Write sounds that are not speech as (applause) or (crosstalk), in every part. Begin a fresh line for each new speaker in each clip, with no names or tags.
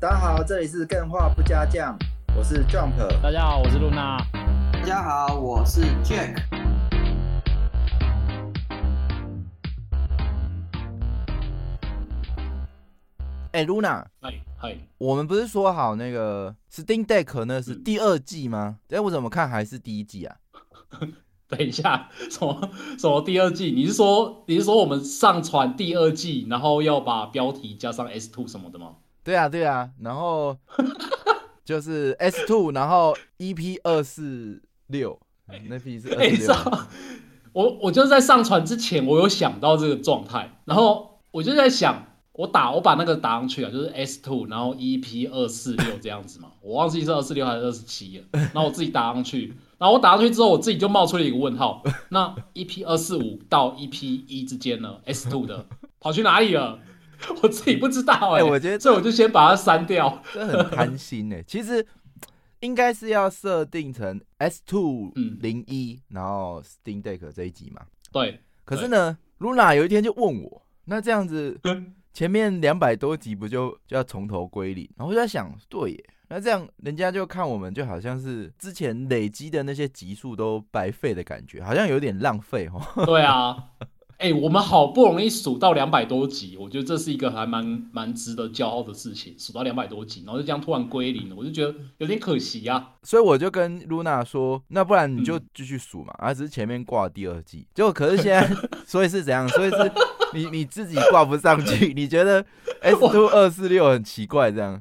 大家好，这里是更画不加酱，我是 Jump。
大家好，我是露娜。
大家好，我是 Jack。
哎、l u n a
嗨嗨，
我们不是说好那个 Steam Deck 那是
嗯
第二季吗？哎、我怎么看还是第一季啊？
等一下，什么什么第二季？你是说你是说我们上传第二季，然后要把标题加上 S two 什么的吗？
对啊，对啊，然 (laughs) 后就是 S Two，然后 EP 二四六，那批是二
哎、
四
你知
六。
道， (laughs) 我我就是在上传之前，我有想到这个状态，然后我就在想，我打我把那个打上去啊，就是 S two，然后 EP 二四六这样子嘛，我忘记是二四六还是二十七了。然后我自己打上去，然后我打上去之后，我自己就冒出了一个问号，那 EP 二四五到 EP 一之间呢，S two 的跑去哪里了？ (laughs) 我自己不知道哎、
哎我觉得
所以我就先把它删掉。
这很贪心哎、其实应该是要设定成 S Two
嗯
零一，然后 Steam Deck 这一集嘛。
对，
可是呢，Luna 有一天就问我，那这样子
嗯
前面两百多集不就就要从头归零？然后我就在想，对耶，那这样人家就看我们就好像是之前累积的那些集数都白费的感觉，好像有点浪费哦。 (laughs)
(laughs) 对啊，哎、我们好不容易数到两百多集，我觉得这是一个还蛮蛮值得骄傲的事情。数到两百多集，然后就这样突然归零了，我就觉得有点可惜啊。
所以我就跟 Luna 说，那不然你就继续数嘛，啊，只是前面挂第二季，结果可是现在， (laughs) 所以是怎样？所以是你你自己挂不上去，你觉得 S two 二四六很奇怪这样？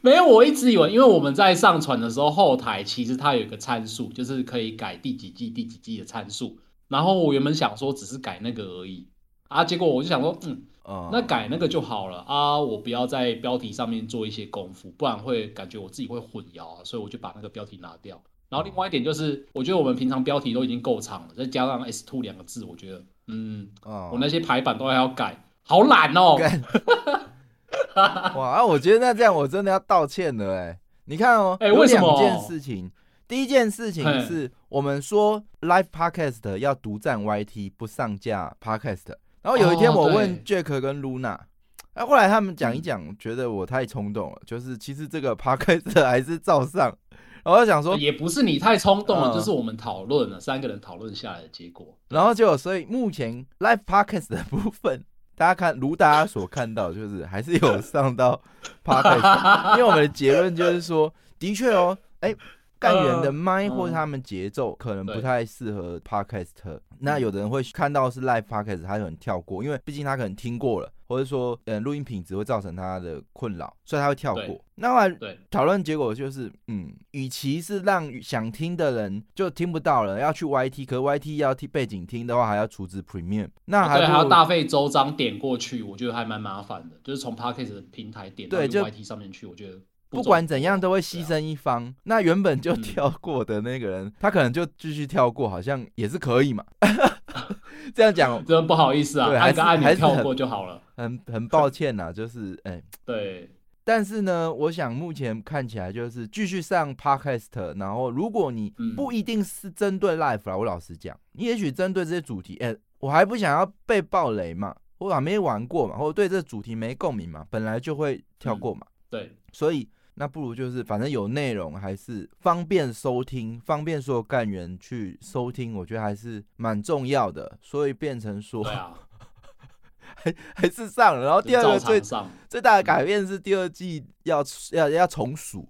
没有，我一直以为，因为我们在上传的时候，后台其实它有一个参数，就是可以改第几季、第几季的参数。然后我原本想说只是改那个而已啊，结果我就想说，嗯，
哦、
那改那个就好了啊，我不要在标题上面做一些功夫，不然会感觉我自己会混淆啊，所以我就把那个标题拿掉。然后另外一点就是，我觉得我们平常标题都已经够长了，再加上 S two 两个字，我觉得，嗯，
哦
我那些排版都还要改，好
(laughs)
懒哦。 (laughs)
干哇啊！我觉得那这样我真的要道歉了哎、你看哦，
哎
有
为什么
两件事情。第一件事情是我们说 Live Podcast 要独占 YT 不上架 Podcast，然后有一天
哦
我问 Jack 跟 Luna，哎、后来他们讲一
嗯
讲，觉得我太冲动了，就是其实这个 Podcast 还是照上，然后我想说，
也不是你太冲动了，
嗯
就是我们讨论了三个人讨论下来的结果。
然后就所以目前 Live Podcast 的部分，大家看如大家所看到，就是还是有上到
(laughs)
Podcast，因为我们的结论就是说，的确哦，哎、干员的麦
嗯嗯
或他们节奏可能不
对
太适合 Podcast，那有的人会看到是 Live Podcast，他可能跳过，因为毕竟他可能听过了，或者说嗯录音品质会造成他的困扰，所以他会跳过
对。
那后来
对，
讨论结果就是，嗯，与其是让想听的人就听不到了，要去 YT，可 YT 要听背景听的话，还要处置 Premium，那还
哦对，
不
还要
如
大费周章点过去，我觉得还蛮麻烦的，就是从 Podcast 的平台点到
对就
YT 上面去，我觉得
不管怎样
都。
都会牺牲一方。那原本
嗯
就跳过的那个人，他可能就继续跳过，好像也是可以嘛。 (laughs) 这样讲
(laughs) 真的不好意思啊，
对还
按
是
个按
还
钮
是很
跳过就好了。
很很抱歉呐，就是哎、
对，
但是呢，我想目前看起来就是继续上 podcast，然后如果你
嗯
不一定是针对 life 啦，我老实讲，你也许针对这些主题，哎、我还不想要被暴雷嘛，我还没玩过嘛，或者对这主题没共鸣嘛，本来就会跳
嗯
过嘛，
对，
所以那不如就是反正有内容，还是方便收听，方便所有干员去收听，我觉得还是蛮重要的，所以变成说、
对啊。
(laughs) 还是上了，然后第二
就
个
是照
最
常啊上，
最大的改变是第二季要要要重数，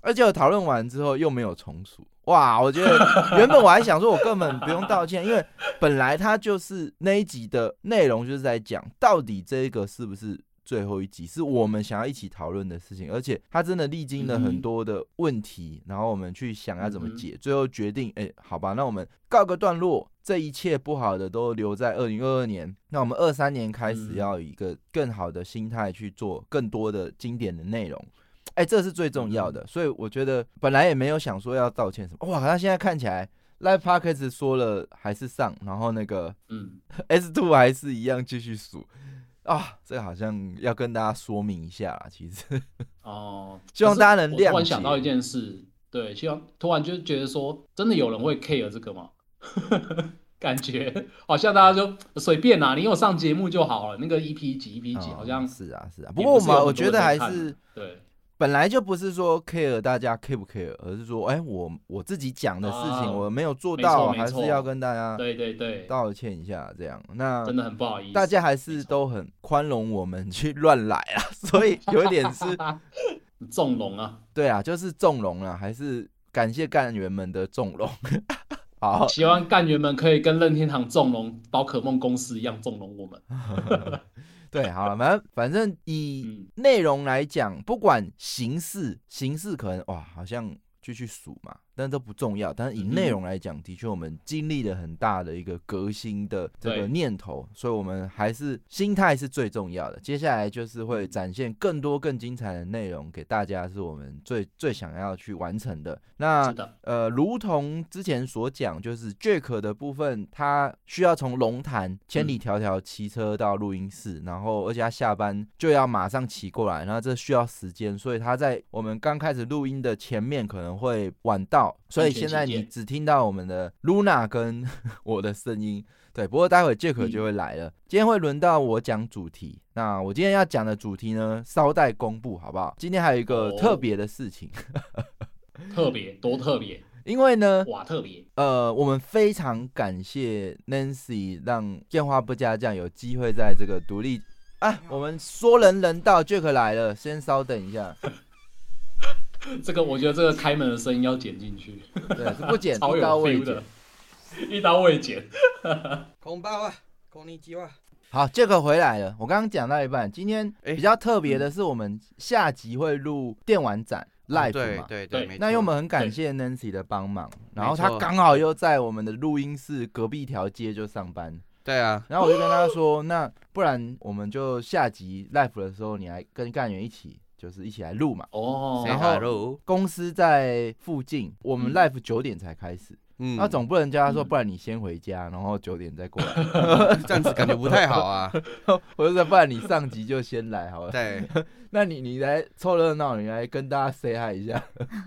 而且我讨论完之后又没有重数。哇，我觉得原本我还想说，我根本不用道歉，因为本来它就是那一集的内容就是在讲到底这个是不是最后一集，是我们想要一起讨论的事情，而且它真的历经了很多的问题，然后我们去想要怎么解，最后决定，哎、好吧，那我们告个段落，这一切不好的都留在二零二二年，那我们二三年开始
嗯
要以一个更好的心态去做更多的经典的内容。哎、这是最重要
嗯
的。所以我觉得本来也没有想说要道歉什么。哇，他现在看起来 Live Podcast 说了还是上，然后那个 (laughs)
嗯，
S Two 还是一样继续数啊。这个好像要跟大家说明一下啦，其实
哦，
希望大家能
可是我
谅
突然
解
想到一件事，对，希望突然就觉得说，真的有人会 care 这个吗？ (laughs) 感觉好像大家就随便啦、你有上节目就好了。那个 EP 几 EP
(laughs)
几，
嗯
好像
是啊是啊。不
也
过
不
我
是
们
有
我
很多
觉得
人在
还
看啊
是
对
本来就不是说 care 大家 care 不 care，而是说，哎、我我自己讲的事情、
啊
我没有做
没
到，
错没
还是
错
要跟大家
对对对，
道歉一下，这样。那
真的很不好意思。
大家还
没
是
错
都很宽容我们去乱来啊， (laughs) 所以有一点是，
纵容啊，
对啊，就是纵容了、还是感谢干员们的纵容。 (laughs) 好，
希望干员们可以跟任天堂纵容宝可梦公司一样纵容我们。
对，好了，反正反正以
嗯
内容来讲，不管形式，形式可能哇，好像就去数嘛，但都不重要。但是以
嗯哼
内容来讲，的确我们经历了很大的一个革新的这个
对
念头，所以我们还是心态是最重要的。接下来就是
嗯
会展现更多更精彩的内容给大家，是我们最最想要去完成的。那
是的，
呃，如同之前所讲，就是 Jack 的部分，他需要从龙潭千
嗯
里迢迢骑车到录音室，然后而且他下班就要马上骑过来，那这需要时间，所以他在我们刚开始录音的前面可能会晚到，所以
安全
现在
起
你
见
只听到我们的 Luna 跟 (laughs) 我的声音。对，不过待会
嗯
Jack 就会来了，今天会轮到我讲主题。那我今天要讲的主题呢，稍待公布，好不好？今天还有一个
哦
特别的事情，
特别多特别，
因为呢，
哇，特别
呃，我们非常感谢 Nancy 让电话不加酱有机会在这个独立啊，我们说人人到 Jack 来了，先稍等一
(laughs)
下，
这个我觉得这个开门的声音要剪进去，
对，不剪
超
不
有
到
feel
位置。
的， (laughs) 一刀未剪。
空包啊，空尼基哇，
好，Jack 回来了，我刚刚讲到一半，今天
哎
比较特别的是，我们下集会录电玩展 live
哦对
嘛。
对
对
没
那因为
错
我们很感谢 Nancy 的帮忙，然后
没
她
错
刚好又在我们的录音室隔壁一条街就上班，
对啊，
然后我就跟他说，那不然我们就下集 l i f e 的时候，你来跟干员一起，就是一起来录嘛。
哦，
谁
然后
打肉？
公司在附近，我们
嗯
l i f e 九点才开始，
嗯，
那总不能叫他说，
嗯
不然你先回家，然后九点再过来。 (laughs)
(laughs) 这样子感觉不太好啊。
我就说，不然你上集就先来好了。
(laughs) 对，
那你你来凑热闹，你来跟大家 say hi 一下。 (laughs)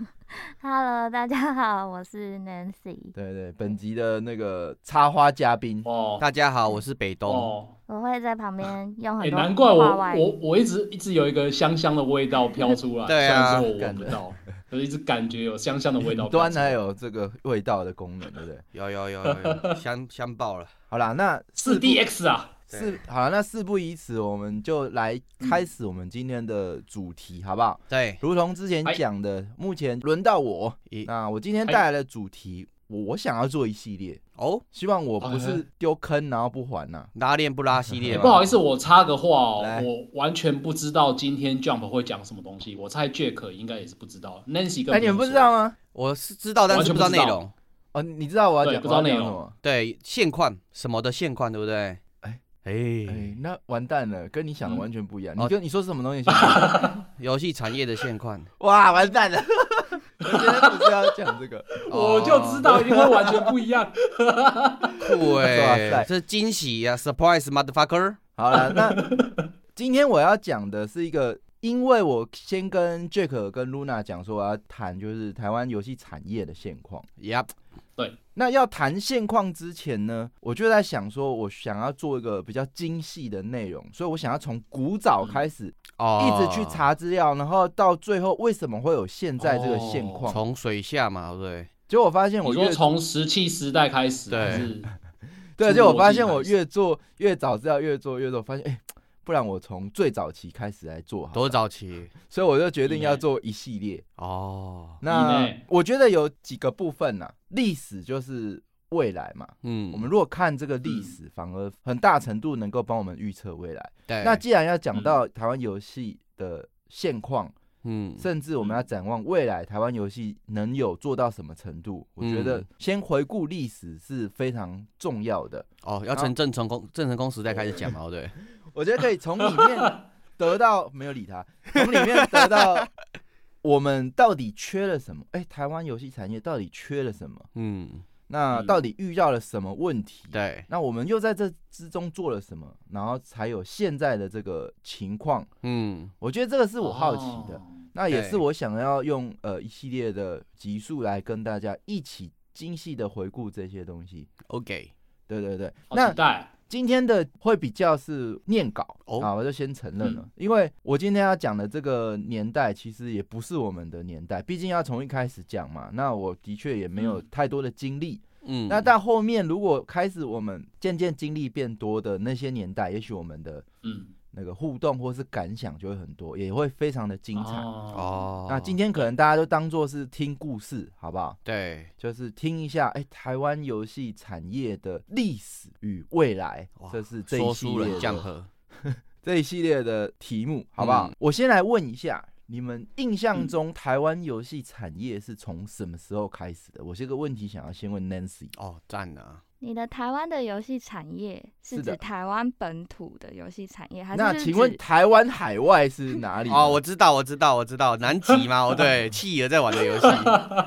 Hello，大家好，我是 Nancy，
对对，本集的那个插花嘉宾，
哦
大家好，我是北东。
哦。
我会在旁
(laughs)
边用
哎、
很多
难怪
话
我
外
我我一直一直有一个香香的味道飘
(laughs)
出来，
对
虽
啊
然说我闻不到，可是一直感觉有香香的味道飘
端啊
出来。
还有这个味道的功能，对不对？
有有有有有，香香爆了。
好啦，那
四 DX 啊，
对
是好了，那事不宜迟，我们就来开始我们今天的主题，好不好？
哎
对，
如同之前讲的，目前轮到我。
一
那我今
哎
天带来的主题，我我想要做一系列，
哦，
希望我不
哎
是丢坑然后不还呐、
拉链不拉系列
哎
嘛。
不好意思，我插个话哦
嗯来，
我完全不知道今天 Jump 会讲什么东西，我猜 Jack 应该也是不知道，Nancy 跟
哎，你们不知道吗？
我是知道，但
完
是
全
知道
不
内
知道
容。
哦，你知道我要
对
讲
不知道
我要讲
内容
什么？
对，现况什么的现况，对不对？
哎
哎，
哎，那完蛋了，跟你想的
嗯
完全不一样。
哦
你跟你说什么东西？想
游戏产业的现况。
(laughs) 哇，完蛋了！ (laughs) 我今天不是要讲这个，
我就知
哦
道一定会完全不一样。
酷
哇
哎
塞，
这惊喜呀，surprise motherfucker！
好了，那
(laughs)
今天我要讲的是一个，因为我先跟 Jack 跟 Luna 讲说，我要谈就是台湾游戏产业的现况。
Yup，
那要谈现况之前呢，我就在想说，我想要做一个比较精细的内容，所以我想要从古
嗯
早开始，
哦
一直去，查资料，然后到最后为什么会有现在这个现况。
从水下嘛，对不对？
结果我发现 (laughs) 我
哦你
越
说从石器时代开始，
对
还是
对，
侏
就
罗
我
纪
发现
开
我
始
越做越早资料，越做越做，发现哎、不然我从最早期开始来做好了，
多早期？
所以我就决定
你
要
呢
做一系列。
哦，
那
你呢
我觉得有几个部分呐、历史就是未来嘛。
嗯，
我们如果看这个历史，反而很大程度能够帮我们预测未来。
对，
那既然要讲到台湾游戏的现况，
嗯，
甚至我们要展望未来台湾游戏能有做到什么程度，我觉得
嗯
先回顾历史是非常重要
(laughs)
的。
哦，要从郑成功郑成功时代开始讲嘛，对不对？
我觉得可以从里面得到没有理他，从里面得到我们到底缺了什么？哎、台湾游戏产业到底缺了什么？
嗯，
那
嗯
到底遇到了什么问题？
对，
那我们又在这之中做了什么，然后才有现在的这个情况？
嗯，
我觉得这个是我好奇的，
哦
那也是
对
我想要用呃一系列的集数来跟大家一起精细的回顾这些东西。
OK，
对对对，
好
那
期待。
今天的会比较是念稿、
哦
啊，我就先承认了，
嗯
因为我今天要讲的这个年代其实也不是我们的年代，毕竟要从一开始讲嘛。那我的确也没有
嗯
太多的经历。
嗯，
那到后面如果开始我们渐渐经历变多的那些年代，也许我们的
嗯，
那个互动或是感想就会很多，也会非常的精彩。
哦，
哦，
那今天可能大家就当做是听故事，好不好？
对
就是听一下，哎、台湾游戏产业的历史与未来
哇，
这是这一
说
系
书
列
人
的
降河，
这一系列的题目，好不好？
嗯
我先来问一下，你们印象中台湾游戏产业是从什么时候开始的？我这个问题想要先问 Nancy。
哦，赞啊！
你的台湾的游戏产业
是
是
的
指台湾本土的游戏产业，还是
那
是
请问
指
台湾海外是哪
(laughs)
里呢？
哦，我知道，我知道，我知道，南极嘛，哦，
(laughs)
对，企鹅在玩的游戏，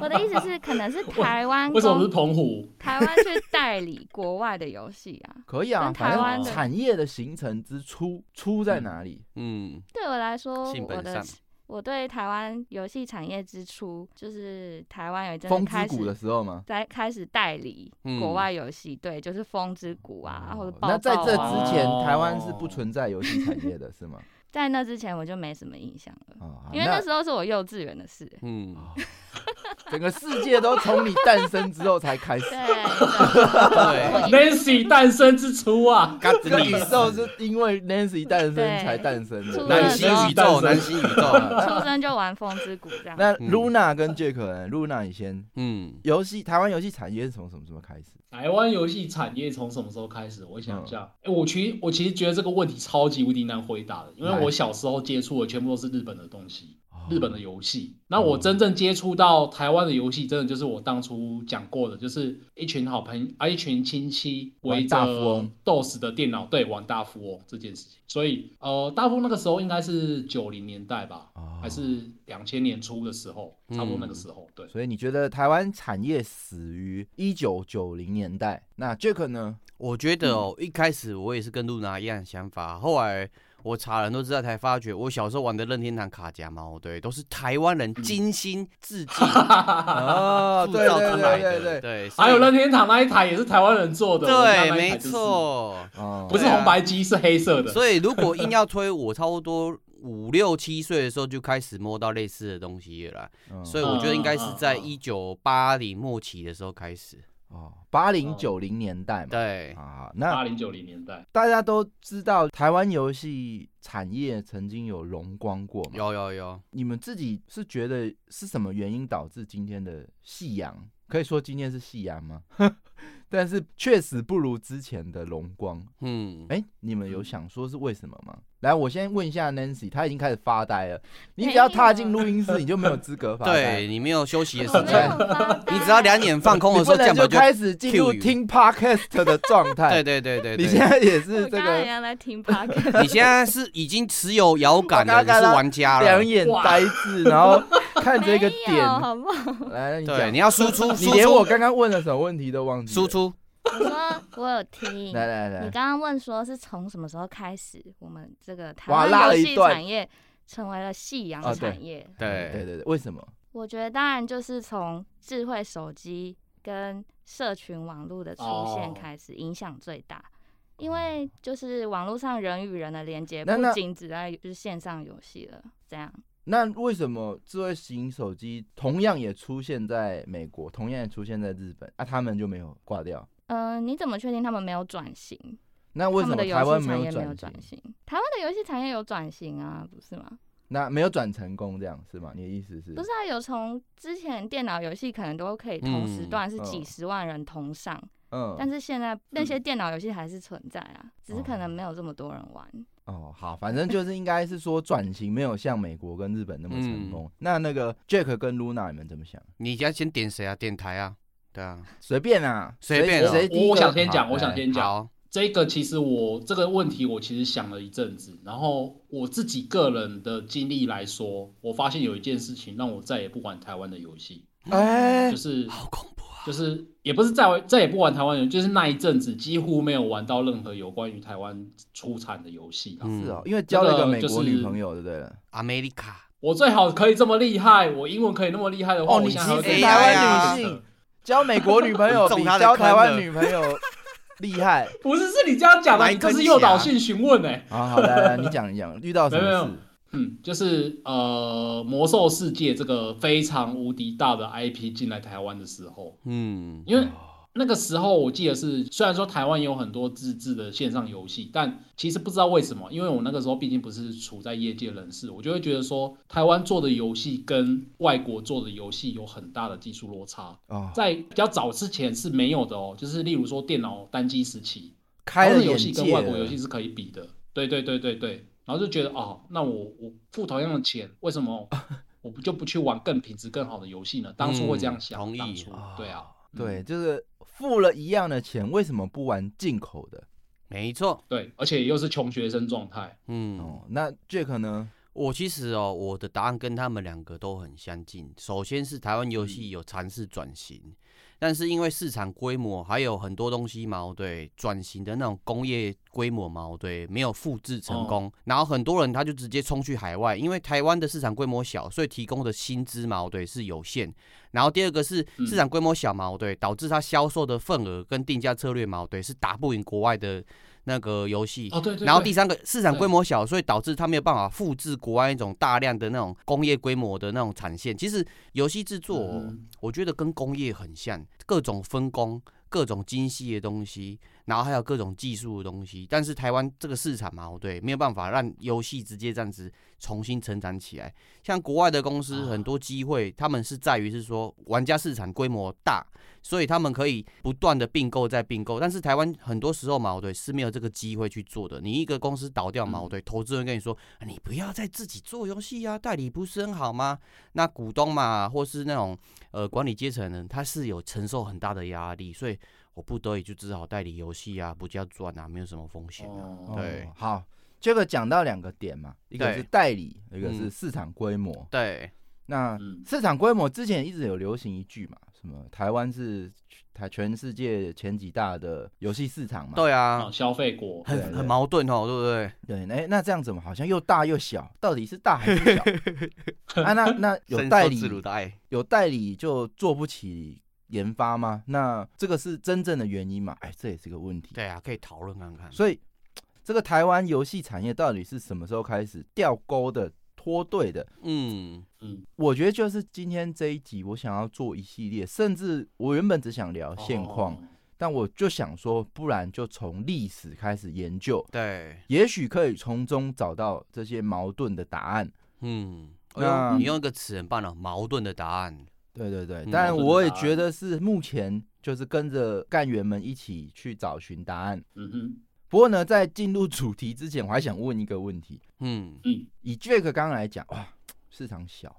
我的意思是，可能
(laughs)
是台湾
为什么是
公
澎湖？
台湾去代理国外的游戏啊？
可以啊，
跟台
反
湾
正
的
产业的形成之初，初在哪里？
嗯，
对我来说，
性
我
本
的
善，
我对台湾游戏产业之初，就是台湾有一阵
风
子
之
开
谷的
始
时候吗？
在开始代理
嗯
(laughs) 国外游戏，对，就是风之谷啊，或者
哦
爆爆、啊、
那在这之前，
哦
台湾是不存在游戏产业的，是吗？
在那之前我就没什么印象了，
哦，好
因为那时候是我幼稚园的事。 (laughs)
嗯，
整个世界都从你诞生之后才开始
(laughs)
(laughs)
对，。对
对，
Nancy 诞生之初啊，
嘎
这
子
个
里
宇宙是因为 Nancy 诞生
对
才诞生的
出。
那
南
了
极
之
宇宙，
(laughs)
后
南极宇宙，
出生就玩风之谷这样。
那
嗯
Luna 跟 Jack 呢？Luna 你先，
嗯，
游戏台湾游戏产业是从什么什么开始？
台湾游戏产业从什么时候开始？我想一下，
嗯
哎、我其实我其实觉得这个问题超级无敌难回答的，因
来
为我小时候接触的全部都是日本的东西。日本的游戏。那
哦
我真正接触到台湾的游戏，真的就是我当初讲过的，就是一群好朋友啊，一群亲戚围
玩大富
着
翁
DOS 的电脑对玩大富翁这件事情。所以呃，大富翁那个时候应该是九零年代吧，
哦
还是两千年初的时候，差不多那个时候。对，
所以你觉得台湾产业死于一九九零年代？那 Jack
(laughs)
呢？
我觉
嗯
得哦，一开始我也是跟露娜一样的想法，后来我查人都知道，才发觉我小时候玩的任天堂卡夹猫，对，都是台湾人精心
(laughs)
致敬
嗯哦
啊塑
对
造
对
出来
对
的，
对对，
对，
还有
所以
任天堂那一台也是台湾人做的，我家
对，
那一台
没
就是，
错，
哦
不是
对啊
红白机是黑色的。
所以如果硬要推，我差不多五六七岁的时候就开始摸到类似的东西了啦，
嗯
所以我觉得应该是在
嗯嗯嗯
一九八零末期的时候开始。
哦，八零九零年代嘛。
嗯对，
啊，
八
那
零九零年代，
大家都知道台湾游戏产业曾经有荣光过嘛？
有有有，
你们自己是觉得是什么原因导致今天的夕阳？可以说今天是夕阳吗？ (laughs) 但是确实不如之前的荣光。
嗯，
哎、你们有想说是为什么吗？来，我先问一下 Nancy，她已经开始发呆了。你只要踏进录音室，你就没有资格发呆。
对你没有休息的时
我没
间，
有发呆
你只要两眼放空
你
的
不
时候，
能
键
就
盘就
开始进入
cue you
听 podcast 的状态。
对对对对
你现
对，
在也
我
是这
刚刚一
个
样在听 p o d
(laughs)
c a
你现在是已经持有摇杆了，
我刚
你
刚
是玩家
两
了。
眼
哇
呆滞，然后看着一个
没有，
点。
好
(laughs)
不好？
来，你
对，
讲
你，要输
(laughs)
出，
你
输
连我
出，
刚刚问了什么问题都忘记了。
输出。
我说我有听。
来来
你
来，
刚刚问说是从什么时候开始，我们这个台
哇拉
湾
了
游
一
戏
段
产业成为了夕阳
啊对
产业？
对
对，
对对，为什么？
我觉得当然就是从智慧手机跟社群网络的出现
哦
开始影响最大，因为就是网络上人与人的连接，
哦那那
不仅只在就是线上游戏了，这样。
那为什么智慧型手机同样也出现在美国，同样也出现在日本，啊，他们就没有挂掉？
嗯、你怎么确定他们没有转型？
那为
他
什么
们的游
台湾
戏产业没有
有
转
型？
型？台湾的游戏产业有转型啊，不是吗？
那没有转成功，这样是吗？你的意思是？
不是啊，有从之前电脑游戏可能都可以同时
嗯
段是
嗯
几十万人同上，
嗯，
但是现在那些电脑游戏还是存在啊，只是
哦
可能没有这么多人玩。
哦，好，反正就是应该是说转型没有像美国跟日本那么成
嗯
功。那那个 Jack 跟 Luna 你们怎么想？
你要先点谁啊？点台啊？对啊，
随便啊，
随便
谁
啊
谁第一个
我想先讲，
好
我想
来
先讲。
好，
这个其实我这个问题我其实想了一阵子，然后我自己个人的经历来说，我发现有一件事情让我再也不玩台湾的游戏，
哎
就，是
好恐怖啊！
就是也不是再玩再也不玩台湾游戏，就是那一阵子几乎没有玩到任何有关于台湾出产的游戏啦。
嗯
是哦，因为交了一个美国
就是
女朋友，对不对了？
America，
我最好可以这么厉害，我英文可以那么厉害的
哦
话，我
你
现在还会
歧视
跟
台
大
湾
家
女
讲
性交美国女朋友
中
比
他的
交
坑
台湾
了
女朋友厉
(laughs)
害
不是，是你这样讲的，
哪一
你这是
根
诱导
弦
性询问哎、
啊！好，来来，你讲一讲，遇到什
没有
么
没有
事？
嗯，就是呃，魔兽世界这个非常无敌大的 IP 进来台湾的时候，
嗯，
因为那个时候我记得是，虽然说台湾有很多自制的线上游戏，但其实不知道为什么，因为我那个时候毕竟不是处在业界人士，我就会觉得说，台湾做的游戏跟外国做的游戏有很大的技术落差，
哦，
在比较早之前是没有的哦，就是例如说电脑单机时期，
开
台湾
了
的游
眼
戏跟
界
外国游
了
戏是可以比的。对对对对对，然后就觉得哦，那我我付同样的钱，为什么我不就不去玩更品质更好的游戏呢？当初会这样想，
嗯同意
当初
哦
对啊，嗯
对，就是付了一样的钱，为什么不玩进口的？
没错，
对，而且又是穷学生状态，
嗯，
哦，那 Jack 呢？
我其实哦，我的答案跟他们两个都很相近。首先是台湾游戏有尝试转型，但是因为市场规模还有很多东西嘛，对转型的那种工业规模嘛，对没有复制成功，然后很多人他就直接冲去海外，因为台湾的市场规模小，所以提供的薪资嘛，对是有限。然后第二个是
嗯
市场规模小嘛，对导致它销售的份额跟定价策略嘛，对是打不赢国外的那个游戏。
哦对对对
然后第三个市场
对
规模小，所以导致它没有办法复制国外那种大量的那种工业规模的那种产线。其实游戏制作、哦，
嗯
我觉得跟工业很像，各种分工、各种精细的东西，然后还有各种技术的东西。但是台湾这个市场嘛，哦对，没有办法让游戏直接这样子重新成长起来。像国外的公司，
啊
很多机会他们是在于是说玩家市场规模大，所以他们可以不断的并购再并购。但是台湾很多时候嘛，哦对，是没有这个机会去做的。你一个公司倒掉嘛，哦
嗯
对，投资人跟你说，啊你不要再自己做游戏啊，代理不是很好吗？那股东嘛，或是那种呃管理阶层呢，他是有承受很大的压力，所以我不得已就只好代理游戏啊，不叫赚啊，没有什么风险啊。
哦
对
哦好，Jack 讲到两个点嘛，一个
对
是代理，一个是
嗯
市场规模。
对，
那
嗯
市场规模之前一直有流行一句嘛，什么台湾是台全世界前几大的游戏市场嘛？
对
啊，
啊，
消费国，
对
很很矛盾哦，对不对？
对，哎、那这样怎么好像又大又小？到底是大还是
(laughs)
小？啊，那那有代
伸缩自如
理嗯
的爱，
有代理就做不起研发吗？那这个是真正的原因嘛？哎，这也是个问题。
对啊，可以讨论看看。
所以这个台湾游戏产业到底是什么时候开始掉钩的、脱队的？
嗯，
(laughs) 嗯，
我觉得就是今天这一集，我想要做一系列，甚至我原本只想聊现况，
哦
但我就想说，不然就从历史开始研究，
对，
也许可以从中找到这些矛盾的答案。
嗯，哎
那
呦，你用一个词很棒了，哦矛盾的答案。
对对对，
嗯
但
矛盾的
我也
答案
觉得是目前就是跟着干员们一起去找寻答案。
嗯哼，
不过呢，在进入主题之前，我还想问一个问题：
嗯，
嗯，
以 Jack 刚刚来讲，哇，市场小，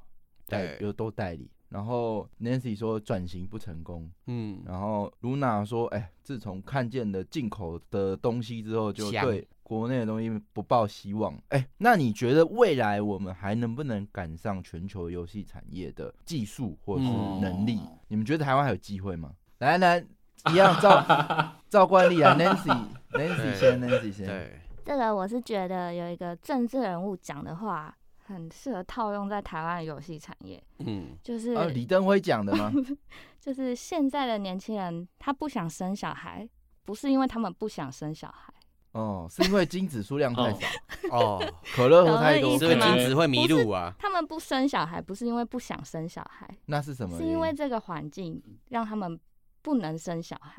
代
对，
又都代理，然后 Nancy 说转型不成功，
嗯，
然后 Luna 说，哎，自从看见了进口的东西之后，就
香
对国内的东西不抱希望。哎，那你觉得未来我们还能不能赶上全球游戏产业的技术或者是能力？
嗯
你们觉得台湾还有机会吗？来来，一样
(laughs)
照照惯例啊，Nancy。Nancy
对
先，Nancy 先，
对，
这个我是觉得有一个政治人物讲的话，很适合套用在台湾的游戏产业，
嗯，
(laughs) 就是、
啊，李登辉讲的吗？
就是现在的年轻人，他不想生小孩，不是因为他们不想生小孩，
哦，是因为精子数量太
哦
少，
哦，
可乐喝
懂
太
那
多
是
意思
不是
吗
精子会迷路啊？
他们不生小孩不是因为不想生小孩，
那是什么原
是
因？
因为这个环境让他们不能生小孩，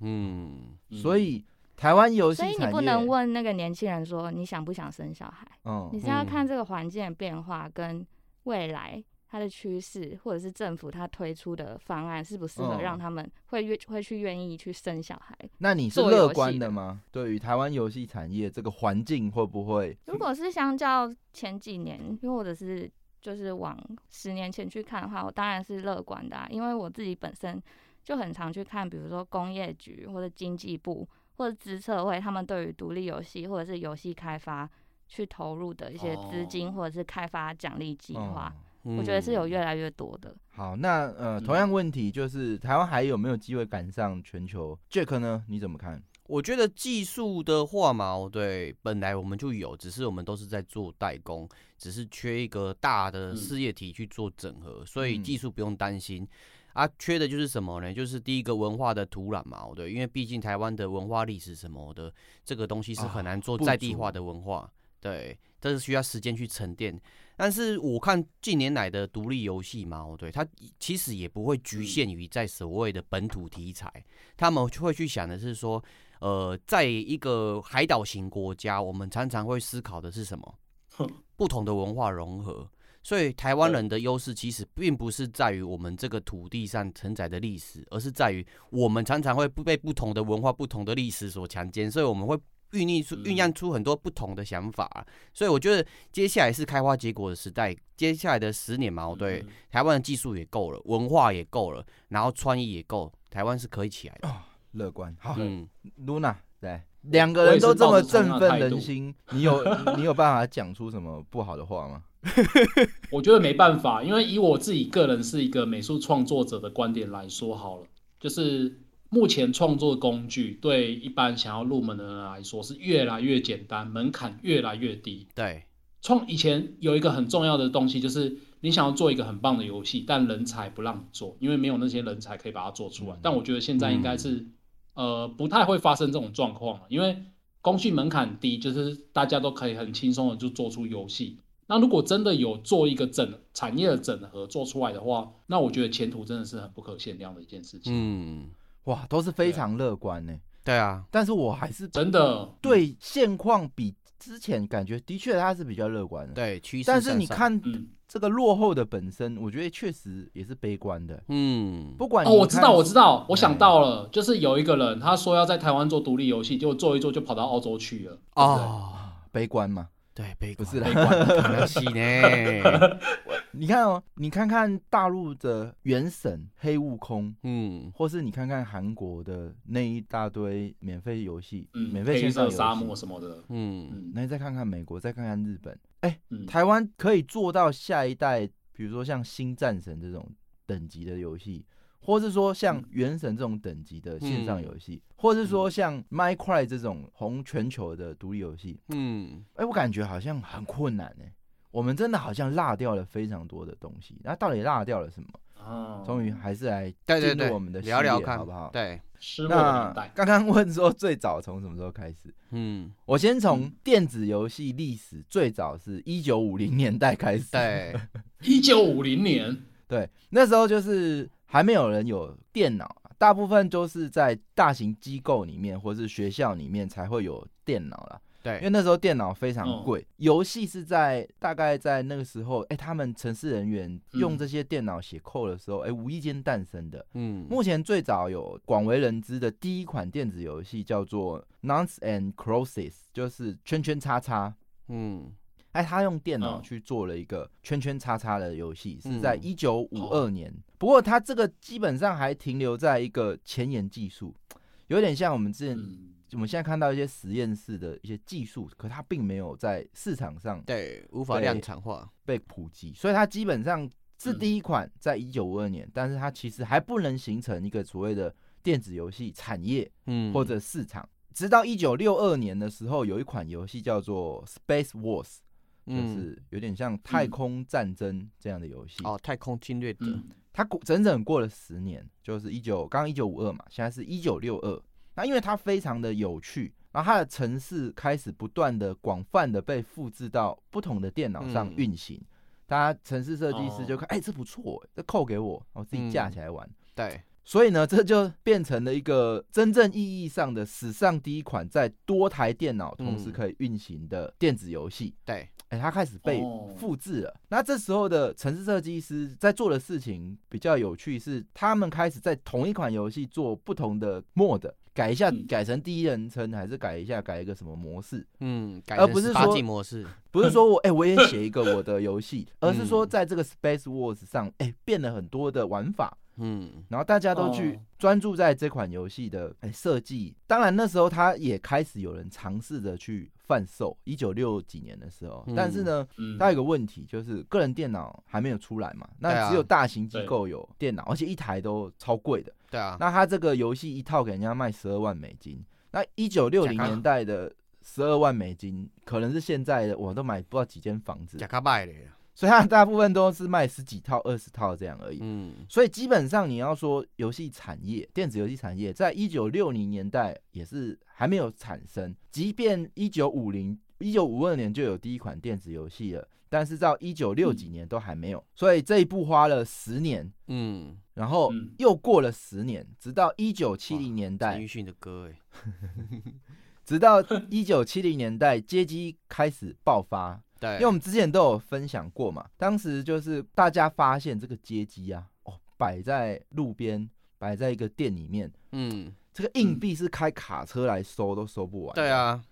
嗯，
嗯
所
(laughs)
以台湾游戏
所
产
以
业，
你不能问那个年轻人说你想不想生小孩，你
嗯，
是要
嗯
看这个环境的变化跟未来它的趋势，或者是政府它推出的方案适不适合
嗯
让他们会愿会去愿意去生小孩。
那你是
做游戏
乐观的吗？对于台湾游戏产业这个环境会不会？
如果是相较前几年，又或者是就是往十年前去看的话，我当然是乐观的、啊，因为我自己本身就很常去看，比如说工业局或者经济部或者资策会，他们对于独立游戏或者是游戏开发去投入的一些资金、
哦
或者是开发奖励计划，
嗯
我
我觉得是有越来越多的。
好，那呃，
嗯
同样问题就是台湾还有没有机会赶上全球？Jack 呢？你怎么看？
我觉得技术的话嘛，哦对，本来我们就有，只是我们都是在做代工，只是缺一个大的
嗯
事业体去做整合，所以
嗯
技术不用担心。啊，缺的就是什么呢？就是第一个文化的土壤嘛，哦对，因为毕竟台湾的文化历史什么的，这个东西是
啊
很难做
不
在地
足
化的文化，对，这是需要时间去沉淀。但是我看近年来的独立游戏嘛，哦对，它其实也不会局限于在所谓的本土题材，他们就会去想的是说，呃，在一个海岛型国家，我们常常会思考的是什么？不同的文化融合。所以台湾
对
人的优势其实并不是在于我们这个土地上承载的历史，而是在于我们常常会不被不同的文化、不同的历史所强奸，所以我们会酝酿出
嗯
酝酿出很多不同的想法。所以我觉得接下来是开花结果的时代，接下来的十年嘛，哦对、
嗯
台湾的技术也够了，文化也够了，然后创意也够，台湾是可以起
哦
来的。
乐观。好
嗯，
，Luna 来，两个人都这么振奋人心，你有你有办法讲出什么不好的话吗？ (laughs)
我觉得没办法，因为以我自己个人是一个美术创作者的观点来说好了，就是目前创作工具对一般想要入门的人来说是越来越简单，门槛越来越低。
对，
创以前有一个很重要的东西，就是你想要做一个很棒的游戏，但人才不让你做，因为没有那些人才可以把它做出来。
嗯
但我觉得现在应该是、呃不太会发生这种状况了，因为工具门槛低，就是大家都可以很轻松的就做出游戏。那如果真的有做一个整产业的整合做出来的话，那我觉得前途真的是很不可限量的一件事情。
嗯，
哇，都是非常乐观呢、
对啊，
但是我还是
真的，
对现况比之前感觉的确他是比较乐观的，
对趋势。
但是你，看
嗯，
这个落后的本身，我觉得确实也是悲观的。
嗯，
不管
哦，我知道，我知
道，
道，我
嗯
想到了，就是有一个人他说要在台湾做独立游戏，结果做一做就跑到澳洲去了。
哦。
悲观嘛。
对，悲
不
观
是啦
悲观，可能是
(laughs)
呢。
你看哦，你看看大陆的《原神》《黑悟空》，
嗯，
或是你看看韩国的那一大堆免费游戏，
嗯，
免费
黑
线上
色
游
沙漠
戏，
什么的，
嗯，
嗯
那你再看看美国，再看看日本，哎、
嗯，
台湾可以做到下一代，比如说像《新战神》这种等级的游戏，或是说像
嗯
《原神》这种等级的线上
嗯
游戏，或是说像《My Cry》这种红全球的独立游戏，
嗯，
哎、我感觉好像很困难哎、我们真的好像落掉了非常多的东西，那到底落掉了什么？
哦
终于还是来
对哦对
进入
对，
我们的系
聊聊
列
看，
好不好？
对，
失落的
那
年代，
刚刚问说最早从什么时候开始？
嗯，
我先从
嗯
电子游戏历史最早是一九五零年代开始。
对，
一九五零年，
对，那时候就是还没有人有电脑，啊大部分都是在大型机构里面或是学校里面才会有电脑啦。 (laughs) 因为
对，嗯
那时候电脑非常
哦
贵，游戏是在大概在那个时候，哎、他们城市人员用
嗯
这些电脑写扣的时候，哎、无意间诞生的。
嗯，
目前最早有广为人知的第一款电子游戏叫做《Nuns and Crosses》，就是圈圈叉叉。
嗯，
哎，他用电脑
嗯
去做了一个圈圈叉叉的游戏，是在
嗯
一九五
哦
二年。不过他这个基本上还停留在一个前沿技术，有点像我们之前、
嗯，
我们现在看到一些实验室的一些技术，可它并没有在市场上
对，无法
对
量产化，
被普及，所以它基本上是
嗯
第一款在一九五二年，但是它其实还不能形成一个所谓的电子游戏产业
嗯，
或者市场。直到一九六二年的时候，有一款游戏叫做《Space Wars》，就
嗯，
是有点像太空战争这样的游戏。
哦，太空侵略者，
嗯
它过整整过了十年，就是一九刚一九五二嘛，现在是一九六二。那因为它非常的有趣，然后它的城市开始不断的广泛的被复制到不同的电脑上
嗯
运行。大家城市设计师就
哦
看，哎、这不错、这扣给我，我自己
嗯
架起来玩。
对，
所以呢，这就变成了一个真正意义上的史上第一款在多台电脑同时
嗯
可以运行的电子游戏。
对，
哎、它开始被
哦
复制了。那这时候的城市设计师在做的事情比较有趣，是他们开始在同一款游戏做不同的 mod，改一下，
嗯
改成第一人称，还是改一下，改一个什么模式？
嗯，改
而
成
不是
八
说
禁模式，
不是说我哎、我也写一个我的游
(laughs)
戏，而是说
嗯
在这个 Space Wars 上，哎、变了很多的玩法。
嗯，
然后大家都去
哦
专注在这款游戏的哎设计。当然那时候它也开始有人尝试着去贩售，一九六几年的时候
嗯。
但是呢，
嗯，
它有个问题就是个人电脑还没有出来嘛，
对
那
啊
只有大型机构有电脑，而且一台都超贵的。
对啊，
那它这个游戏一套给人家卖十二万美金，那一九六零
假咖
年代的十二万美金，可能是现在的我都买不知道几间房子
假。卡拜的，
所以它大部分都是卖十几套、二十套这样而已。
嗯，
所以基本上你要说游戏产业，电子游戏产业在一九六零年代也是还没有产生，即便一九五零、一九五二年就有第一款电子游戏了，但是到一九六几年都还没有。所以这一步花了十年，
嗯，
然后
嗯
又过了十年，直到一九七零年
陈
代
奕，迅的歌哎，
直到一九七零年代街机开始爆发，
对，
因为我们之前都有分享过嘛，当时就是大家发现这个街机啊，哦，摆在路边，摆在一个店里面，
嗯，
这个硬币是开卡车来收都收不完。
对，啊，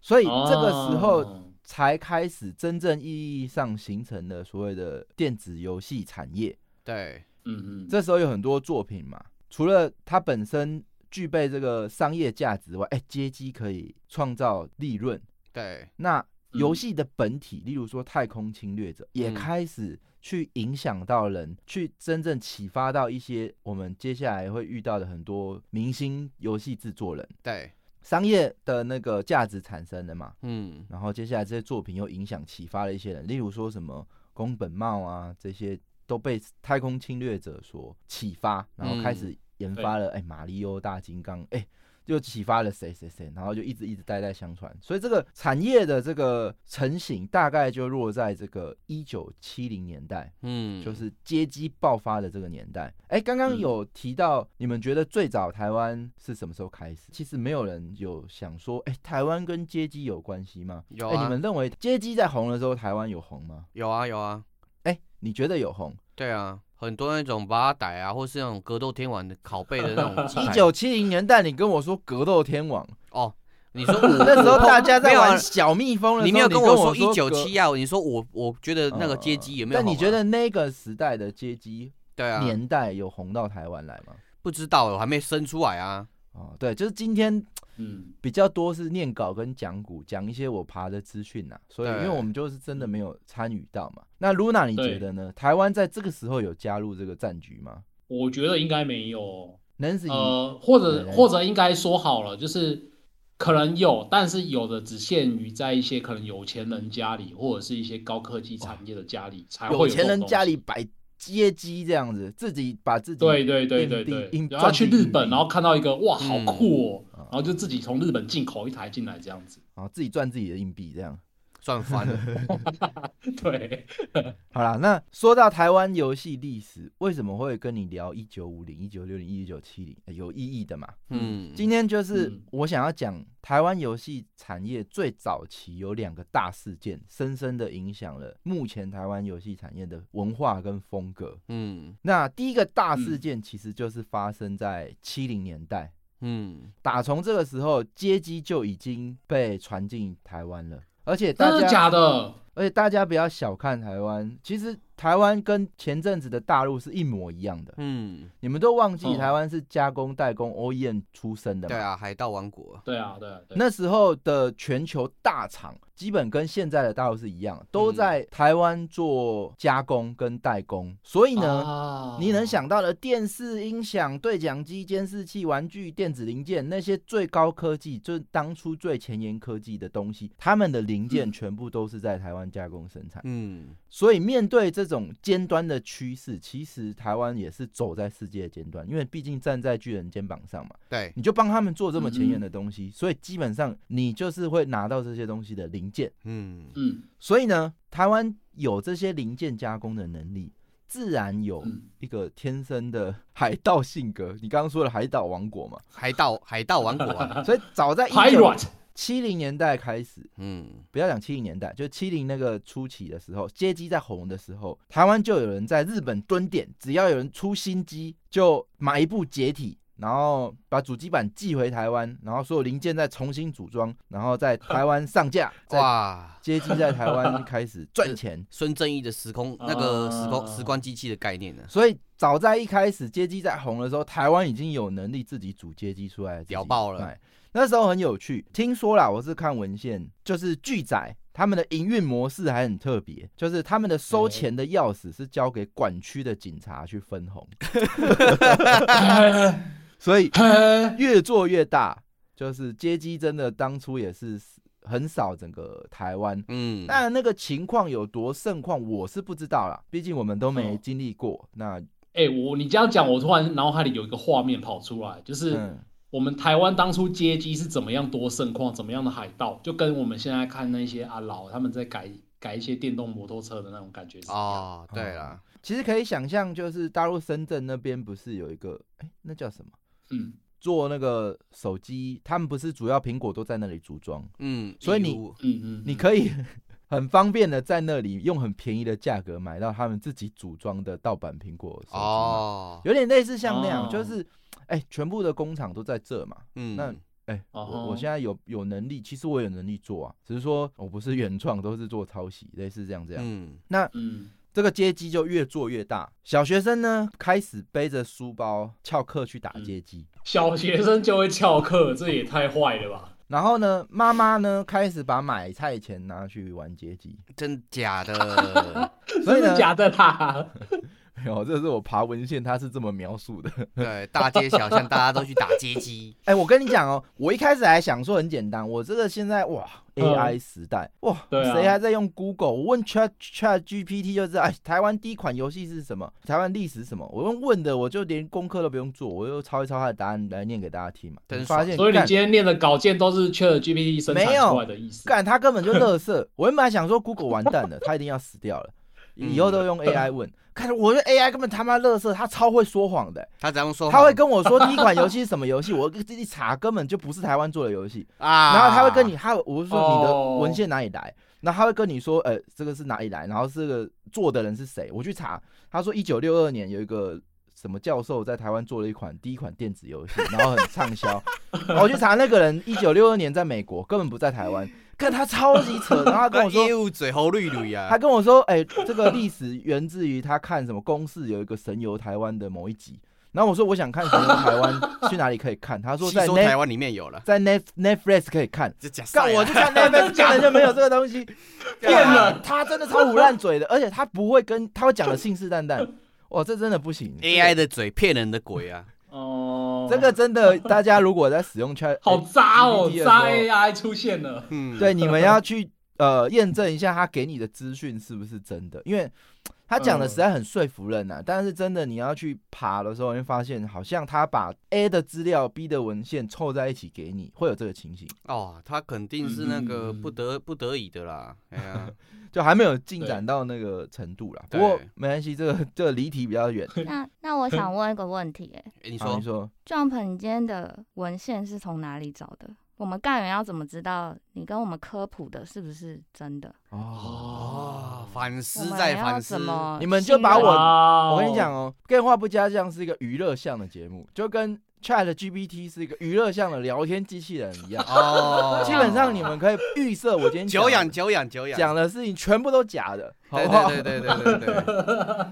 所以这个时候
哦
才开始真正意义上形成了所谓的电子游戏产业。
对，
嗯嗯，
这时候有很多作品嘛，除了它本身具备这个商业价值外，哎，街机可以创造利润，
对，
那
嗯
游戏的本体，例如说《太空侵略者》，也
嗯
开始去影响到人，去真正启发到一些我们接下来会遇到的很多明星游戏制作人，
对，
商业的那个价值产生了嘛。
嗯，
然后接下来这些作品又影响启发了一些人，例如说什么宫本茂啊，这些都被《太空侵略者》所启发，然后开始研发了，哎、马里欧大金刚，哎、就启发了谁谁谁，然后就一直一直代代相传。所以这个产业的这个成型大概就落在这个一九七零年代，
嗯，
就是街机爆发的这个年代。哎、刚刚
嗯
有提到，你们觉得最早台湾是什么时候开始？其实没有人有想说，哎、台湾跟街机有关系吗？
有
哎、你
啊
们，认为街机在红的时候，台湾有红吗？
有啊，有啊，
哎、你觉得有红？
对啊，很多那种八打啊，或是那种格斗天王的拷贝的
(laughs)
那种机台。
一九七零年代，你跟我说格斗天王，
哦，你说我
(laughs) 那时候大家在
没有啊
玩小蜜蜂的时候，
你没有
跟说
我一九
格
七啊？你说我我觉得那个街机有没有啊
嗯
好玩？
但你觉得那个时代的街机
对啊？
年代有红到台湾来吗？
不知道，我还没生出来啊。
哦，对，就是今天
嗯
比较多是念稿跟讲古，讲一些我爬的资讯呐，所以因
对
为我们就是真的没有参与到嘛。那 Luna 你觉
对
得呢？台湾在这个时候有加入这个战局吗
我觉得应该没有，
？Nancy，、
呃，或
对
者
对
或者应该说好了，就是可能有，但是有的只限于在一些可能有钱人家里，或者是一些高科技产业的家里才会
有
这
钱人
种
家
东西
里。摆街机这样子，自己把自己
对对对对
硬币
对
硬，
然后去
赚进
日
硬
本，
币
然后看到一个哇，好
嗯
酷哦，
啊
然后就自己从日本进口一台进来这样子。
然后哦自己赚自己的硬币这样。
赚翻
(laughs)
了，
(laughs) (laughs) 对，
好啦，那说到台湾游戏历史，为什么会跟你聊一九五零、一九六零、一九七零有意义的嘛？
嗯，
今天就是
嗯
我想要讲台湾游戏产业最早期有两个大事件，深深的影响了目前台湾游戏产业的文化跟风格。
嗯
那第一个大事
嗯
件其实就是发生在七零年代，
嗯，
打从这个时候，街机就已经被传进台湾了。而且大
真
家，
的假的？
而且大家不要小看台湾，其实台湾跟前阵子的大陆是一模一样的。
嗯，
你们都忘记
嗯
台湾是加工代工 OEM 出身的嘛？
对啊，海盗王国，
对啊，对啊，对啊。
那时候的全球大厂基本跟现在的大陆是一样，都
嗯
在台湾做加工跟代工，所以呢，
啊
你能想到的电视、音响、对讲机、监视器、玩具、电子零件那些最高科技，就是当初最前沿科技的东西，他们的零件全部都是在台湾加工生产。
嗯，
所以面对这种尖端的趋势，其实台湾也是走在世界的尖端，因为毕竟站在巨人肩膀上嘛，
对，
你就帮他们做这么前沿的东西，所以基本上你就是会拿到这些东西的零件。
嗯
嗯
所以呢，台湾有这些零件加工的能力，自然有
嗯
一个天生的 (laughs) 海盗性格。你刚刚说了海岛王 (laughs) 国嘛，
海盗海盗王国
(laughs)
啊，
所以早在一九
，Pirate，
七零年代开始，
嗯
不要讲七零年代，就七零那个初期的时候，街机在红的时候，台湾就有人在日本蹲点，只要有人出新机，就买一部解体。然后把主机板寄回台湾，然后所有零件再重新组装，然后在台湾上 (laughs) 架，在
哇，
街机在台湾开始赚钱。
孙正义的时空那个时空
啊
时光机器的概念呢，
所以早在一开始街机在红的时候，台湾已经有能力自己组街机出来，自己
屌爆了
卖。那时候很有趣，听说啦，我是看文献，就是巨仔他们的营运模式还很特别，就是他们的收钱的钥匙是交给管区的警察去分
(laughs)
红，所以
(laughs) 嘿嘿
越做越大。就是街机真的当初也是横扫整个台湾。
嗯，
当然，那个情况有多盛况，我是不知道啦，毕竟我们都没
哦
经历过。那
哎、我你这样讲，我突然脑海里有一个画面跑出来，就是
嗯，
我们台湾当初接机是怎么样多盛况，怎么样的海盗，就跟我们现在看那些阿啊老他们在改改一些电动摩托车的那种感觉是一样。
哦，对了，
其实可以想象，就是大陆深圳那边不是有一个，哎、那叫什么？
嗯，
做那个手机，他们不是主要苹果都在那里组装，
嗯，
所以你
义乌
嗯嗯，
你可以 (laughs) 很方便的在那里用很便宜的价格买到他们自己组装的盗版苹果手机嘛，
哦，
有点类似像那样，
哦
就是哎、全部的工厂都在这嘛。
嗯，
那哎、我
哦
我
吼
现在有有能力，其实我有能力做啊，只是说我不是原创，都是做抄袭，类似这样这样。
嗯
嗯
这个街机就越做越大，小学生呢开始背着书包翘课去打
嗯
街机，
小学生就会翘课，这也太坏了吧！
然后呢，妈妈呢开始把买菜钱拿去玩街
(laughs)
机，
真
(laughs)
假的，
(laughs) 所以
真
呢
的，假的啦？
没有，这是我爬文献，它是这么描述的。 (laughs)
对，大街小巷大家都去打街机，
哎、我跟你讲哦，我一开始还想说很简单，我这个现在哇
嗯
，AI 时代、哇，
对啊
谁还在用 Google？我问 Chat Chat GPT 就知道，哎，台湾第一款游戏是什么？台湾历史是什么？我用问的，我就连功课都不用做，我就抄一抄它的答案来念给大家听嘛。
真爽
发现
所以你
哎干
今天念的稿件都是 Chat GPT 生产
没有
出来的意
(laughs)
思。
干他根本就乐色。我原本还想说 Google 完蛋了，他一定要死
(laughs)
掉了，以后都用
嗯
AI 问。看，我觉得 AI 根本他妈乐色，他超会说谎的、
他怎样说谎？
他会跟我说第一款游戏是什么游戏，我一查根本就不是台湾做的游戏，
啊，
然后他会跟你，他我是说你的
哦
文献哪里来，然后他会跟你说，呃，这个是哪里来，然后这个做的人是谁，我去查，他说一九六二年有一个。什么教授在台湾做了一款第一款电子游戏，然后很畅销。
(laughs)
然后我去查那个人，一九六二年在美国，根本不在台湾。看他超级扯，
(laughs)
然后他跟
跟
我
我
说
业务嘴猴绿绿啊
他，跟我说，哎、这个历史源自于他看什么公式有一个神游台湾的某一集，然后我说我想看神游台
(laughs)
湾，去哪里可以看？他说
细
在
说台
net
湾里面有了，
在 net Netflix 可以看。
这假赛
干，
啊
我就
(laughs)
看 Netflix 根本就没有这个东西，
骗人
他真的超胡烂嘴的， (laughs) 而且他不会跟他会讲的信誓旦旦， (laughs) 哇，这真的不行。
AI 的嘴骗人的鬼啊，
哦，
这个哎真的，大家如果在使用
(laughs)
Chat
好渣哦，
GPT 的时候
渣 AI 出现了。
嗯，
对，你们要去呃验证一下他给你的资讯是不是真的，因为他讲的实
嗯
在很说服人呐、啊。但是真的你要去爬的时候，你会发现好像他把 A 的资料、B 的文献凑在一起给你，会有这个情形，
哦，他肯定是那个
嗯嗯嗯
不得不得已的啦，哎呀，
就还没有进展到那个程度啦。不
对
过没关系，这个这个离题比较远。
那那我想问一个问题、哎
诶你
好
说
啊你说，
，Jump 你今天的文献是从哪里找的？我们干员要怎么知道你跟我们科普的是不是真的？
哦，
哦，反
我
思
们
再
要
反思
怎，么信任？
你们就把我
哇
我跟你讲，哦，电话不加酱是一个娱乐向的节目，就跟 Chat GPT 是一个娱乐向的聊天机器人一
(laughs)
样。
哦，
基本上你们可以预设我今天讲
久
的
仰久仰久仰，
讲的事情全部都假的，好
对
不好？
对对对对对对，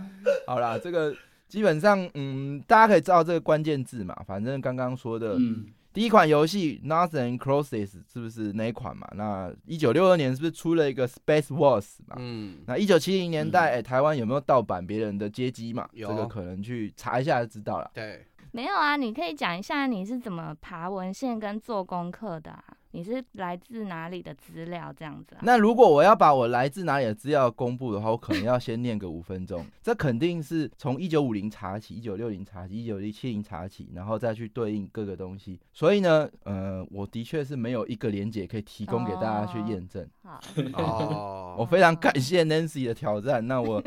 好啦，这个基本上，嗯，大家可以知道这个关键字嘛。反正刚刚说的、
嗯，
第一款游戏《Nothing Crosses》是不是那一款嘛？那一九六二年是不是出了一个《Space Wars》嘛？
嗯，
那一九七零年代，哎、台湾有没有盗版别人的街机嘛？这
有
个可能去查一下就知道了。
对，
没有啊，你可以讲一下你是怎么爬文献跟做功课的、啊，你是来自哪里的资料这样子啊？
那如果我要把我来自哪里的资料公布的话，我可能要先念个五分
(laughs)
钟。这肯定是从一九五零查起，一九六零查起，一九七零查起，然后再去对应各个东西。所以呢，呃，我的确是没有一个连结可以提供给大家去验证。
好，
我
哦，
非常感谢 Nancy 的挑战，那
(laughs)
我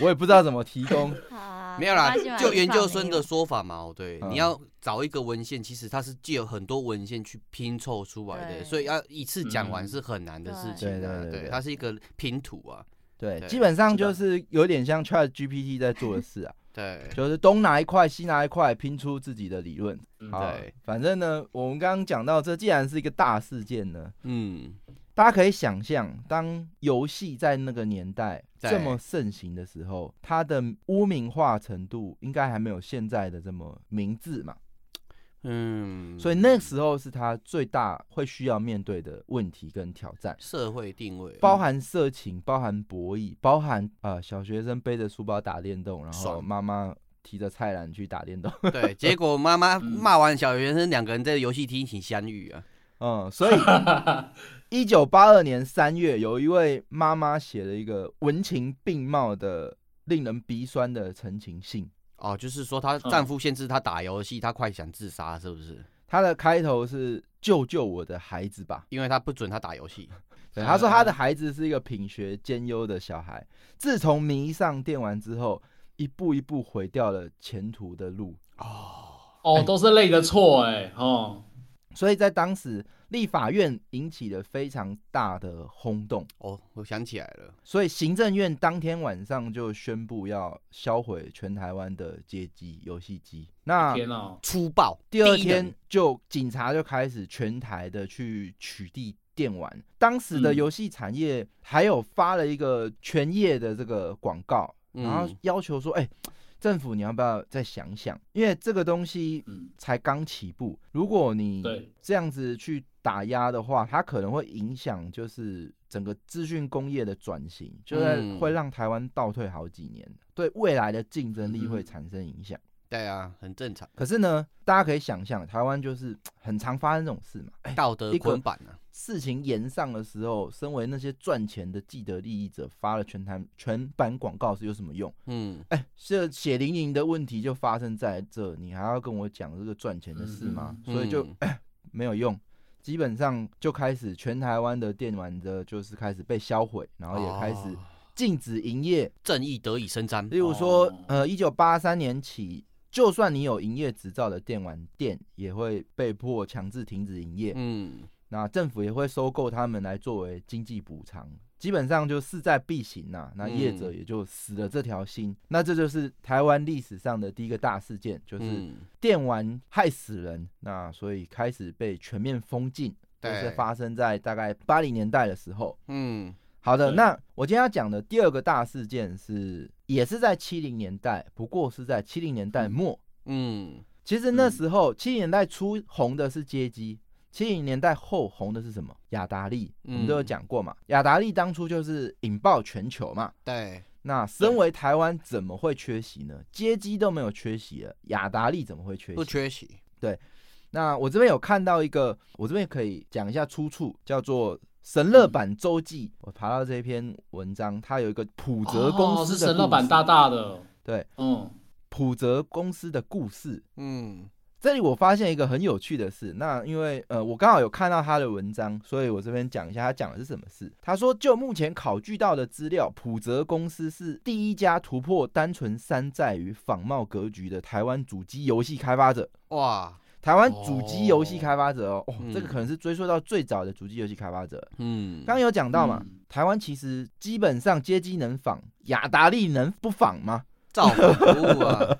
我也不知道怎么提供。
好啊
没有啦
关系嘛，
就研究
至少
生
没
的
有
说法嘛，哦对，
嗯
你要找一个文献，其实它是借有很多文献去拼凑出来的，
对
所以要一次讲完
嗯
是很难的事
对
情
对对，
啊
对
对，
对
它是一个拼图啊，
对，
对
基本上
知道
就是有点像 Chat GPT 在做的事啊，
对，
就是东拿一块，西拿一块，拼出自己的理论。
嗯
好
对，
反正呢，我们刚刚讲到这，既然是一个大事件呢，
嗯，
大家可以想象，当游戏在那个年代
对
这么盛行的时候，它的污名化程度应该还没有现在的这么明智嘛，
嗯，
所以那时候是他最大会需要面对的问题跟挑战，
社会定位啊
包含色情，包含博弈，包含呃小学生背着书包打电动，然后
爽
妈妈提着菜篮去打电动， (laughs)
对，结果妈妈
嗯
骂完小学生，两个人在游戏厅一起相遇啊，
嗯，所以一九八二年三月，有一位妈妈写了一个文情并茂的、令人鼻酸的陈情信。
哦，就是说她丈夫限制她打游戏，她快想自杀，是不是？
它的开头是“救救我的孩子吧
因为她不准她打游戏。”
对，他说他的孩子是一个品学兼优的小孩，自从迷上电玩之后，一步一步毁掉了前途的路。哎
哦，都是累的错哎、哦，
所以在当时，立法院引起了非常大的轰动。
哦，我想起来了，
所以行政院当天晚上就宣布要销毁全台湾的街机游戏机。那
天啊，
粗暴。
第二
低能
天就警察就开始全台的去取缔电玩。当时的
嗯
游戏产业还有发了一个全业的这个广告，
嗯
然后要求说，哎、政府你要不要再想想？因为这个东西
嗯，
才刚起步，如果你
对
这样子去打压的话，它可能会影响就是整个资讯工业的转型，就是
嗯
会让台湾倒退好几年，对未来的竞争力会
嗯
产生影响。
对啊，很正常，
可是呢，大家可以想象，台湾就是很常发生这种事嘛。哎
道德
一个
捆绑啊。
事情延上的时候，身为那些赚钱的既得利益者，发了全台全版广告是有什么用？
嗯，
哎，这血淋淋的问题就发生在这，你还要跟我讲这个赚钱的事吗？所以就
嗯
没有用。基本上就开始全台湾的电玩的，就是开始被销毁，然后也开始
哦
禁止营业。
正义得以伸张。
例如说
哦，
呃，一九八三年起，就算你有营业执照的电玩店，也会被迫强制停止营业。
嗯，
那政府也会收购他们来作为经济补偿，基本上就势在必行呐、那
嗯
业者也就死了这条心。那这就是台湾历史上的第一个大事件，就是
嗯
电玩害死人。那所以开始被全面封禁，就是
对
发生在大概八零年代的时候。
嗯，
好的，
对
那我今天要讲的第二个大事件是，也是在七零年代，不过是在七零年代末。
嗯，
其实那时候七零年代初红的是街机，七零年代后红的是什么？雅达利，我
嗯
们都有讲过嘛。雅达利当初就是引爆全球嘛。
对，
那身为台湾怎么会缺席呢？街机都没有缺席了，雅达利怎么会缺
不
席？
缺席。
那我这边有看到一个，我这边可以讲一下出处，叫做《神乐版周记》。我爬到这篇文章，它有一个普泽公
哦、
司
是
的
神乐版
故事
大大的，
对
嗯，
普泽公司的故事。
嗯，
这里我发现一个很有趣的事，那因为呃，我刚好有看到他的文章，所以我这边讲一下他讲的是什么事。他说，就目前考据到的资料，普泽公司是第一家突破单纯山寨与仿冒格局的台湾主机游戏开发者。
哇，
台湾主机游戏开发者哦，哦
嗯
这个可能是追溯到最早的主机游戏开发者。
嗯，
刚刚有讲到嘛，
嗯
台湾其实基本上街机能仿，雅达利能不仿吗？
造反物啊，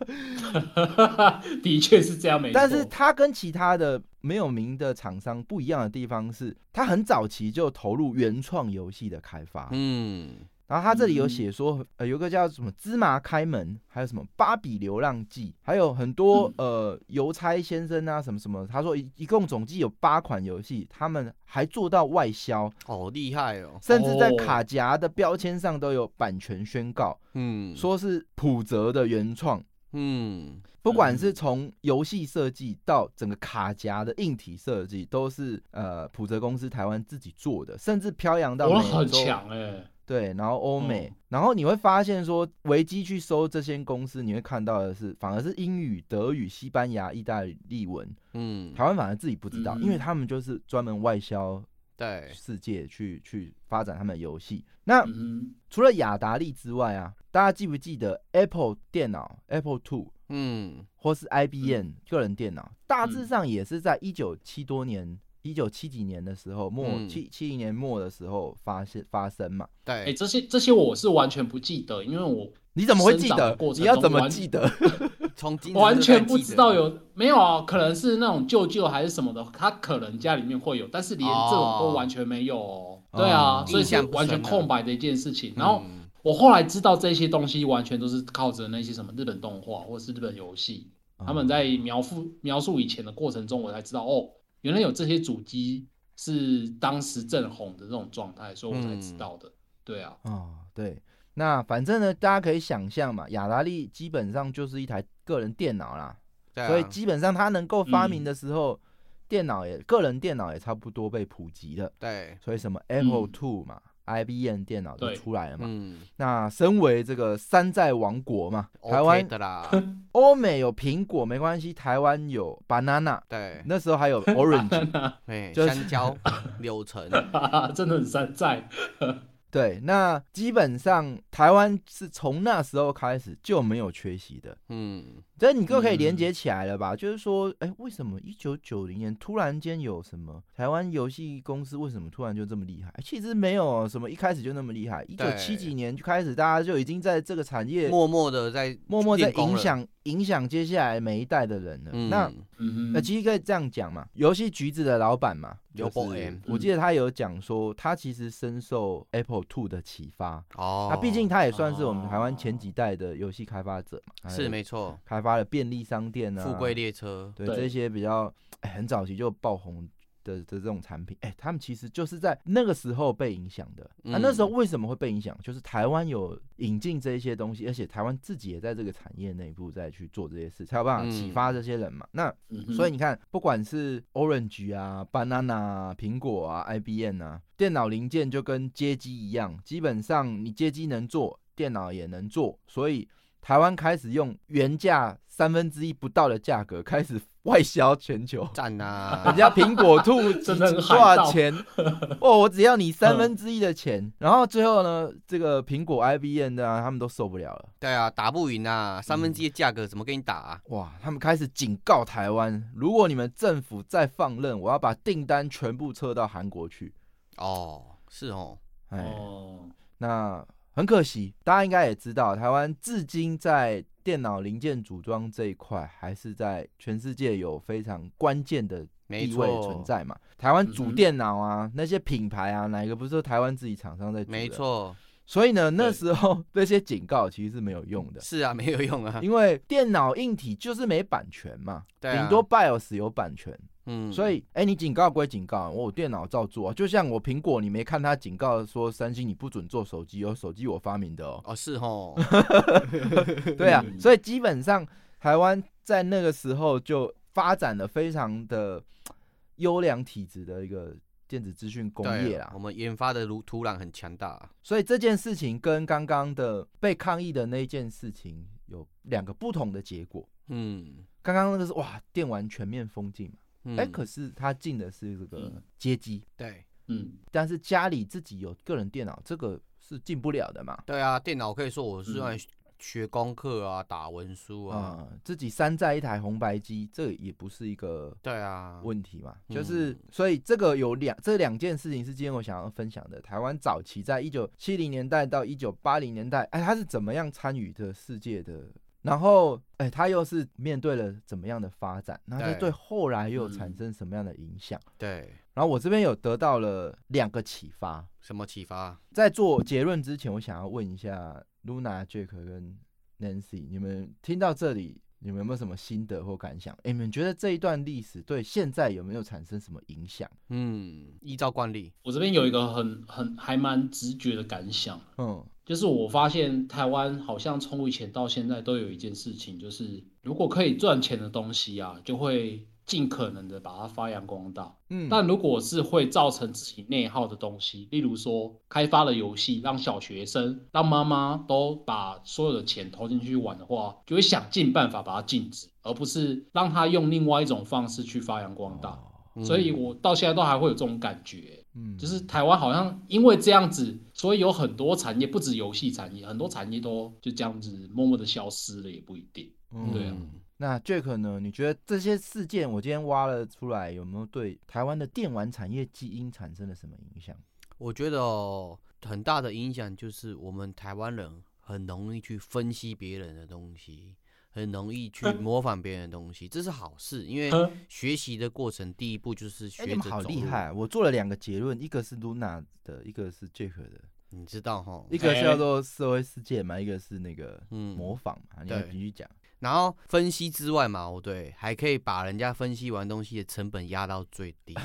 的确是这样没错，
但是它跟其他的没有名的厂商不一样的地方是，它很早期就投入原创游戏的开发。
嗯，
然后它这里有写说，呃，有一个叫什么《芝麻开门》，还有什么《芭比流浪记》，还有很多、呃邮差先生啊什么什么。他说一一共总计有八款游戏，他们还做到外销，
好厉害哦，
甚至在
哦
卡夹的标签上都有版权宣告，
嗯，，
说是普泽的原创。
嗯，
不管
嗯
是从游戏设计到整个卡夹的硬体设计，都是呃普泽公司台湾自己做的，甚至飘扬到
我
美
哦很
洲，
强哎、
对，然后欧美，
嗯
然后你会发现说，维基去搜这些公司，你会看到的是，反而是英语、德语、西班牙、意大利文，
嗯，
台湾反而自己不知道，
嗯
因为他们就是专门外销
对，
世界去去发展他们的游戏。那
嗯
除了雅达利之外啊，大家记不记得 Apple 电脑 Apple Two？
嗯，
或是
嗯
IBM 个人电脑，大致上也是在一九七多年、一九七几年的时候，末
嗯
七七零年末的时候发现发生嘛。
哼，哎、
对，
这些这些我是完全不记得，因为我
你怎么会记
生长
得
的过？程
你要
中
怎么
完
记得？ (laughs)
从今
完全不知道有没有啊？可能是那种舅舅还是什么的，他可能家里面会有，但是连这种都完全没有、哦。对啊
哦，
所以是
印象不深
完全
了
空白的一件事情。然后
嗯
我后来知道这些东西完全都是靠着那些什么日本动画或是日本游戏，
哦啊
他们在描述描述以前的过程中，我才知道哦，原来有这些主机是当时正红的这种状态，所以我才知道
嗯
的。对啊， (laughs)
哦，对，那反正呢，大家可以想象嘛，雅达利基本上就是一台个人电脑啦，
对
嗯
啊
所以基本上他能够发明的时候，电脑也个人电脑也差不多被普及了，
对，
所以什么 Apple
嗯
Two 嘛、IBM 电脑就
对
出来了嘛。
嗯
那身为这个山寨王国嘛，台
，OK
湾、
的啦，
欧美有苹果没关系，台湾有 banana，
对，
那时候还
(laughs)
有 orange，
哎，
就是 (laughs)
香蕉、柳橙，
哈哈真的很山寨。
对，那基本上台湾是从那时候开始就没有缺席的，
嗯，
所以你就可以连
嗯
接起来了吧？就是说，哎、为什么一九九零年突然间有什么台湾游戏公司为什么突然就这么厉害？其实没有什么一开始就那么厉害，一九七几年就开始，大家就已经在这个产业
默默的在
默默在
练功
影
了，
响影响接下来每一代的人了。
嗯
那
嗯
那
哼，
其实可以这样讲嘛，游戏橘子的老板嘛，
刘
就是
伯言
我记得他有讲说，他其实深受 Apple Two 的启发。
哦，
啊那毕竟他也算是我们台湾前几代的游戏开发者嘛，
是没错，
开发了便利商店啊，
富贵列车，
对
对
这些比较、哎很早期就爆红的的这种产品，哎、他们其实就是在那个时候被影响的。那、
嗯
那时候为什么会被影响？就是台湾有引进这一些东西，而且台湾自己也在这个产业内部再去做这些事，才有办法启
嗯
发这些人嘛。那
嗯哼
所以你看，不管是 Orange 啊、Banana 啊、苹果啊、IBM 啊，电脑零件就跟街机一样，基本上你街机能做，电脑也能做，所以台湾开始用原价三分之一不到的价格开始 (laughs) 外销全球。
赞啊，
(laughs) 人家苹果兔
(laughs) 真的很
多
海
少
盗嗯
钱？哦，我只要你三分之一的钱。然后最后呢，这个苹果、IBM 的、啊、他们都受不了了。
对啊，打不赢啊，三分
嗯
之一的价格怎么给你打啊？
哇，他们开始警告台湾，如果你们政府再放任，我要把订单全部撤到韩国去。
哦，是哦，
哎，
哦，
那很可惜，大家应该也知道，台湾至今在电脑零件组装这一块，还是在全世界有非常关键的
没
地位
错，
存，在嘛。台湾
嗯
主
哼
电脑啊，那些品牌啊，哪一个不是都台湾自己厂商在组？
没。错，
所以呢，那
对
时候这些警告其实是没有用的。
是啊，没有用啊，
因为电脑硬体就是没版权嘛，
对
顶、
啊
多 BIOS 有版权，
嗯，
所以，哎、你警告归警告，我电脑照做、啊。就像我苹果，你没看它警告说三星你不准做手机哦，手机我发明的
(laughs)
哦。
哦是哦，
对啊，
嗯
所以基本上台湾在那个时候就发展了非常的优良体质的一个电子资讯工
对啊
业啦
我。们研发的土土壤很强大，啊
所以这件事情跟刚刚的被抗议的那一件事情有两个不同的结果。
嗯，
刚刚那个是哇，电玩全面封禁嘛，
嗯
哎、可是他进的是这个
嗯
街机。
对
嗯，
但是家里自己有个人电脑，这个是进不了的嘛。
对啊，电脑可以说我是
嗯
用来学功课啊，打文书啊，
啊、自己山寨一台红白机，这也不是一个
对啊，
问题嘛。
嗯
就是，所以这个有两这两件事情是今天我想要分享的。台湾早期在一九七零年代到一九八零年代，哎，他是怎么样参与这世界的？然后，哎，他又是面对了怎么样的发展？那他
对
对后来又有
嗯
产生什么样的影响？
对，
然后我这边有得到了两个启发。
什么启发？
在做结论之前，我想要问一下 Luna、Jack 跟 Nancy，你们听到这里，你们有没有什么心得或感想？哎、你们觉得这一段历史对现在有没有产生什么影响？
嗯，依照惯例，
我这边有一个很很还蛮直觉的感想，
嗯，
就是我发现台湾好像从以前到现在都有一件事情，就是如果可以赚钱的东西啊，就会尽可能的把它发扬光大。
嗯
但如果是会造成自己内耗的东西，例如说开发了游戏，让小学生、让妈妈都把所有的钱投进去玩的话，就会想尽办法把它禁止，而不是让它用另外一种方式去发扬光
哦
大。
嗯
所以我到现在都还会有这种感觉，
嗯
就是台湾好像因为这样子，所以有很多产业，不止游戏产业，很多产业都就这样子默默的消失了，也不一定。对啊
嗯
那 Jack 呢？你觉得这些事件，我今天挖了出来，有没有对台湾的电玩产业基因产生了什么影响？
我觉得哦，很大的影响就是我们台湾人很容易去分析别人的东西，很容易去模仿别人的东西，这是好事，因为
嗯
学习的过程第一步就是
哎、
学
你
着
们好
走
厉
路，
害！我做了两个结论，一个是 Luna 的，一个是 Jack 的，
你知道哈？
一个是
哎
叫做社会世界嘛，一个是那个
嗯
模仿嘛。你要
对
必须讲。
然后分析之 (laughs) 外嘛，哦对，还可以把人家分析完东西的成本压到最低。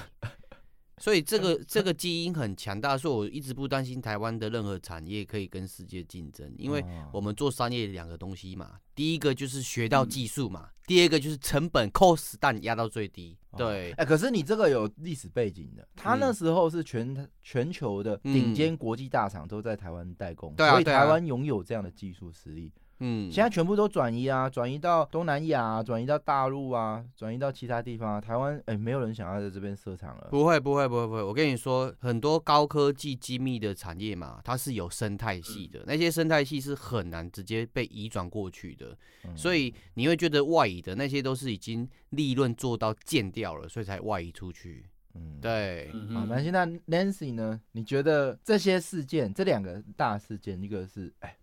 所以这个这个基因很强大，所以我一直不担心台湾的任何产业可以跟世界竞争，因为
哦
我们做商业两个东西嘛，嗯第一个就是学到技术嘛，第二个就是成本 cost 但压到最低。
哦
对，
哎、可是你这个有历史背景的，他那
嗯
时候是全全球的
嗯
顶尖国际大厂都在台湾代工，
对啊
所以
对啊
台湾拥有这样的技术实力。
嗯，
现在全部都转移啊，转移到东南亚、啊，转移到大陆啊，转移到其他地方、啊。台湾哎、没有人想要在这边设厂了。
不会，不会，不会，不会。我跟你说，很多高科技精密的产业嘛，它是有生态系的，那些生态系是很难直接被移转过去的，
嗯
所以你会觉得外移的那些都是已经利润做到贱掉了，所以才外移出去。
嗯，
对，
嗯
好，那
哼，
现在 Nancy 呢？你觉得这些事件，这两个大事件，一个是哎。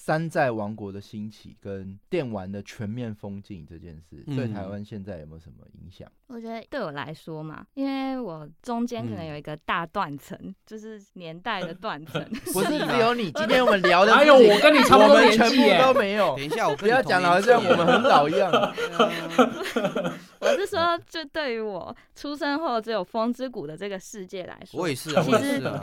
山寨王国的兴起跟电玩的全面封禁这件事，对
嗯
台湾现在有没有什么影响？
我觉得对我来说嘛，因为我中间可能有一个大断层，就是年代的断层。
不是
是吗哎
只有你，今天我们聊的事
还
情，
有我跟你差不
我
多
们
年
全
纪耶
部都，没有
等。一下，我跟
不
你
要
同
讲的
年
好像
纪
我们
耶
很老一
(laughs)
样。
(laughs) 我是说，就对于我出生后只有风之谷的这个世界来说
我，也
(laughs)
是啊，
其
我也
实
是啊，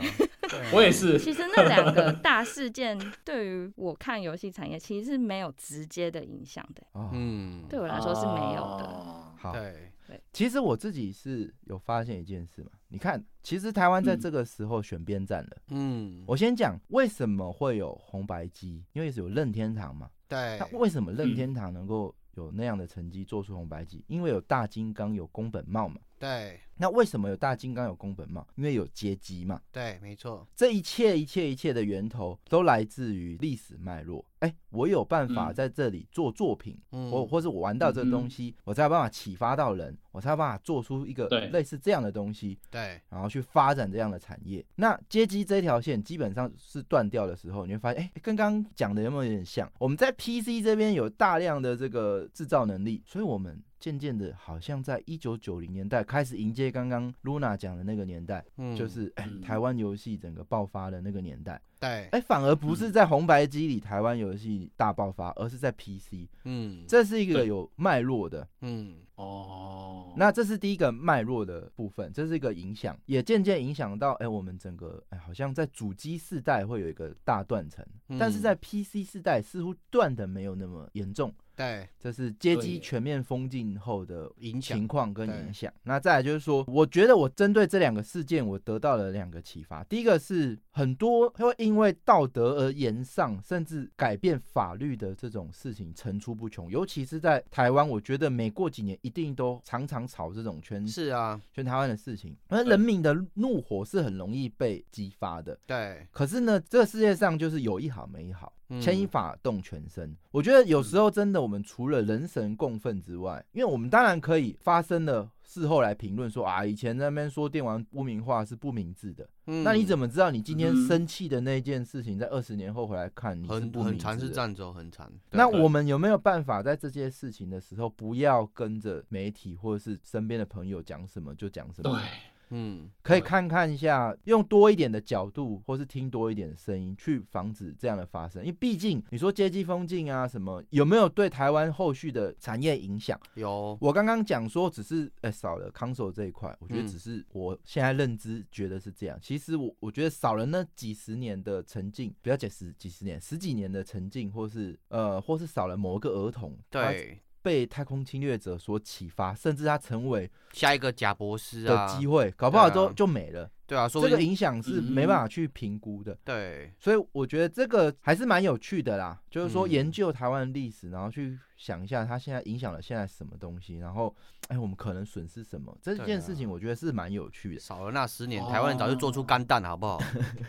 我也是，
其实那两个大事件对于我看游戏产业其实是没有直接的影响
(laughs)
的，
哦
嗯，
对我来说是没有的。
哦
好，
对，
其实我自己是有发现一件事嘛。你看，其实台湾在这个时候选边站了。
嗯，
我先讲为什么会有红白机，因为是有任天堂嘛。
对
那，
哎
为什么任
嗯
天堂能够有那样的成绩做出红白机？因为有大金刚，有宫本茂嘛。
对，
那为什么有大金刚，有宫本茂？因为有街机嘛。
对，没错，
这一切一切一切的源头都来自于历史脉络。哎，我有办法
嗯
在这里做作品，
嗯，
我或是我玩到这个东西，我才有办法启发到人，我才有办法做出一个
嗯对
类似这样的东西，
对，
然后去发展这样的产业。那街机这条线基本上是断掉的时候，你会发现，哎，跟刚刚讲的有没有有点像？我们在 PC 这边有大量的这个制造能力，所以我们。渐渐的，好像在一九九零年代开始迎接刚刚 Luna 讲的那个年代，
嗯
就是、哎
嗯
台湾游戏整个爆发的那个年代。
对，
哎，反而不
嗯
是在红白机里台湾游戏大爆发，而是在 PC，
嗯，
这是一个
对
有脉络的。
嗯，
哦，
那这是第一个脉络的部分，这是一个影响，也渐渐影响到哎我们整个哎好像在主机世代会有一个大断层，
嗯
但是在 PC 世代似乎断的没有那么严重。
对，
这是街
对
机
耶
全面封禁后的
影响
情况跟
对
影响。那再来就是说，我觉得我针对这两个事件，我得到了两个启发。第一个是很多会因为道德而延上，甚至改变法律的这种事情层出不穷，尤其是在台湾，我觉得每过几年一定都常常吵这种圈
是啊，
圈台湾的事情，而人民的怒火是很容易被激发的。
对，
可是呢，这个世界上就是有一好没一好，
嗯
牵一发动全身。我觉得有时候真的，我们除了人神共愤之外，因为我们当然可以发生了事后来评论说啊，以前那边说电玩污名化是不明智的。
嗯
那你怎么知道你今天
嗯
生气的那件事情，在二十年后回来看你是
很
不明
很
智
长是
的？
站轴，很长。对
那我们有没有办法在这些事情的时候，不要跟着媒体或者是身边的朋友讲什么就讲什么？
对，
嗯
可以
对
看看一下，用多一点的角度，或是听多一点的声音，去防止这样的发生。因为毕竟你说阶级封禁啊，什么有没有对台湾后续的产业影响？
有
我刚刚讲说，只是呃、少了 console 这一块，我觉得
嗯
只是我现在认知觉得是这样。其实我我觉得少了那几十年的沉浸，不要讲十几十年，十几年的沉浸，或是呃，或是少了某个儿童，他
对
被太空侵略者所启发，甚至他成为
下一个贾博士
的
啊，
机会，搞不好
对啊
都就没了。
对啊，说
这
不
个
定
影响是没
嗯
办法去评估的，
对
所以我觉得这个还是蛮有趣的啦。就是说
嗯
研究台湾的历史，然后去想一下它现在影响了现在什么东西，然后哎，我们可能损失什么，这
对啊
件事情我觉得是蛮有
(laughs)
趣的。
少了那十年，
哦
台湾人早就做出干蛋，好
(laughs)
不好？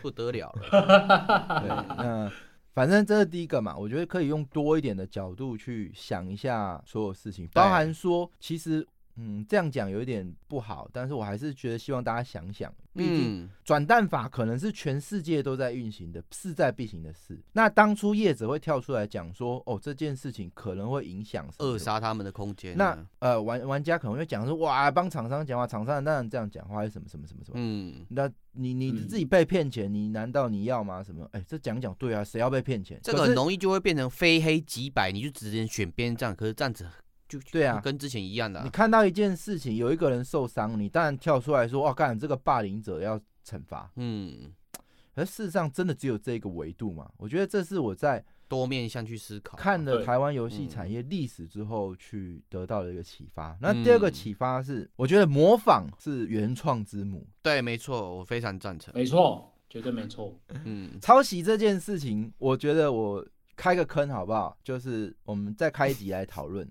不得了了。 (laughs)
对，那反正这是第一个嘛，我觉得可以用多一点的角度去想一下所有事情，包含说其实。嗯，这样讲有一点不好，但是我还是觉得希望大家想想，毕竟
嗯，
转蛋法可能是全世界都在运行的，势在必行的事。那当初业者会跳出来讲说，哦，这件事情可能会影响什么
扼。杀他们的空间
那
啊。
呃，玩玩家可能会讲说，哇，帮厂商讲话，厂商当然这样讲话，还是什么什么什么什么。
嗯，
那你你
嗯
自己被骗钱，你难道你要吗？什么？哎、这讲讲对啊，谁要被骗钱？
嗯这
可
个
是
很容易就会变成非黑即白，你就只能选边站，可是这样子就
对啊
就跟之前一样的
你
啊。
看到一件事情，有一个人受伤，你当然跳出来说：“哇，干这个霸凌者要惩罚。
嗯，”
而事实上，真的只有这个维度嘛？我觉得这是我在
多面向去思考。
看了
对
台湾游戏
嗯
产业历史之后去得到的一个启发。那第二个
嗯
启发是，我觉得模仿是原创之母，
对，没错，我非
(laughs)
常赞成。
没错，绝对没错。
嗯，
抄袭这件事情，我觉得我开个坑好不好？就是我们再开一集来讨
(laughs)
论，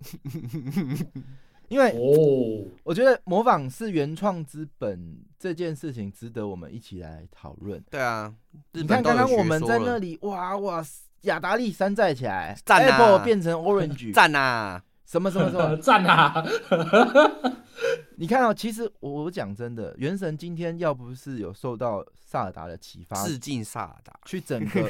因为
哦，，
我觉得模仿是原创之本这件事情值得我们一起来讨论。
对啊，日
你看
本都有
刚刚
学
我们
说
在
了
那里，哇哇，雅达利山寨起来、
赞啊
a p p l e 变
(laughs)
成 Orange，
赞啊，
什么什么什么
(laughs) 赞啊！
你看哦，其实我我讲真的，原神今天要不是有受到萨尔达的启发，
致敬萨尔达。
去整个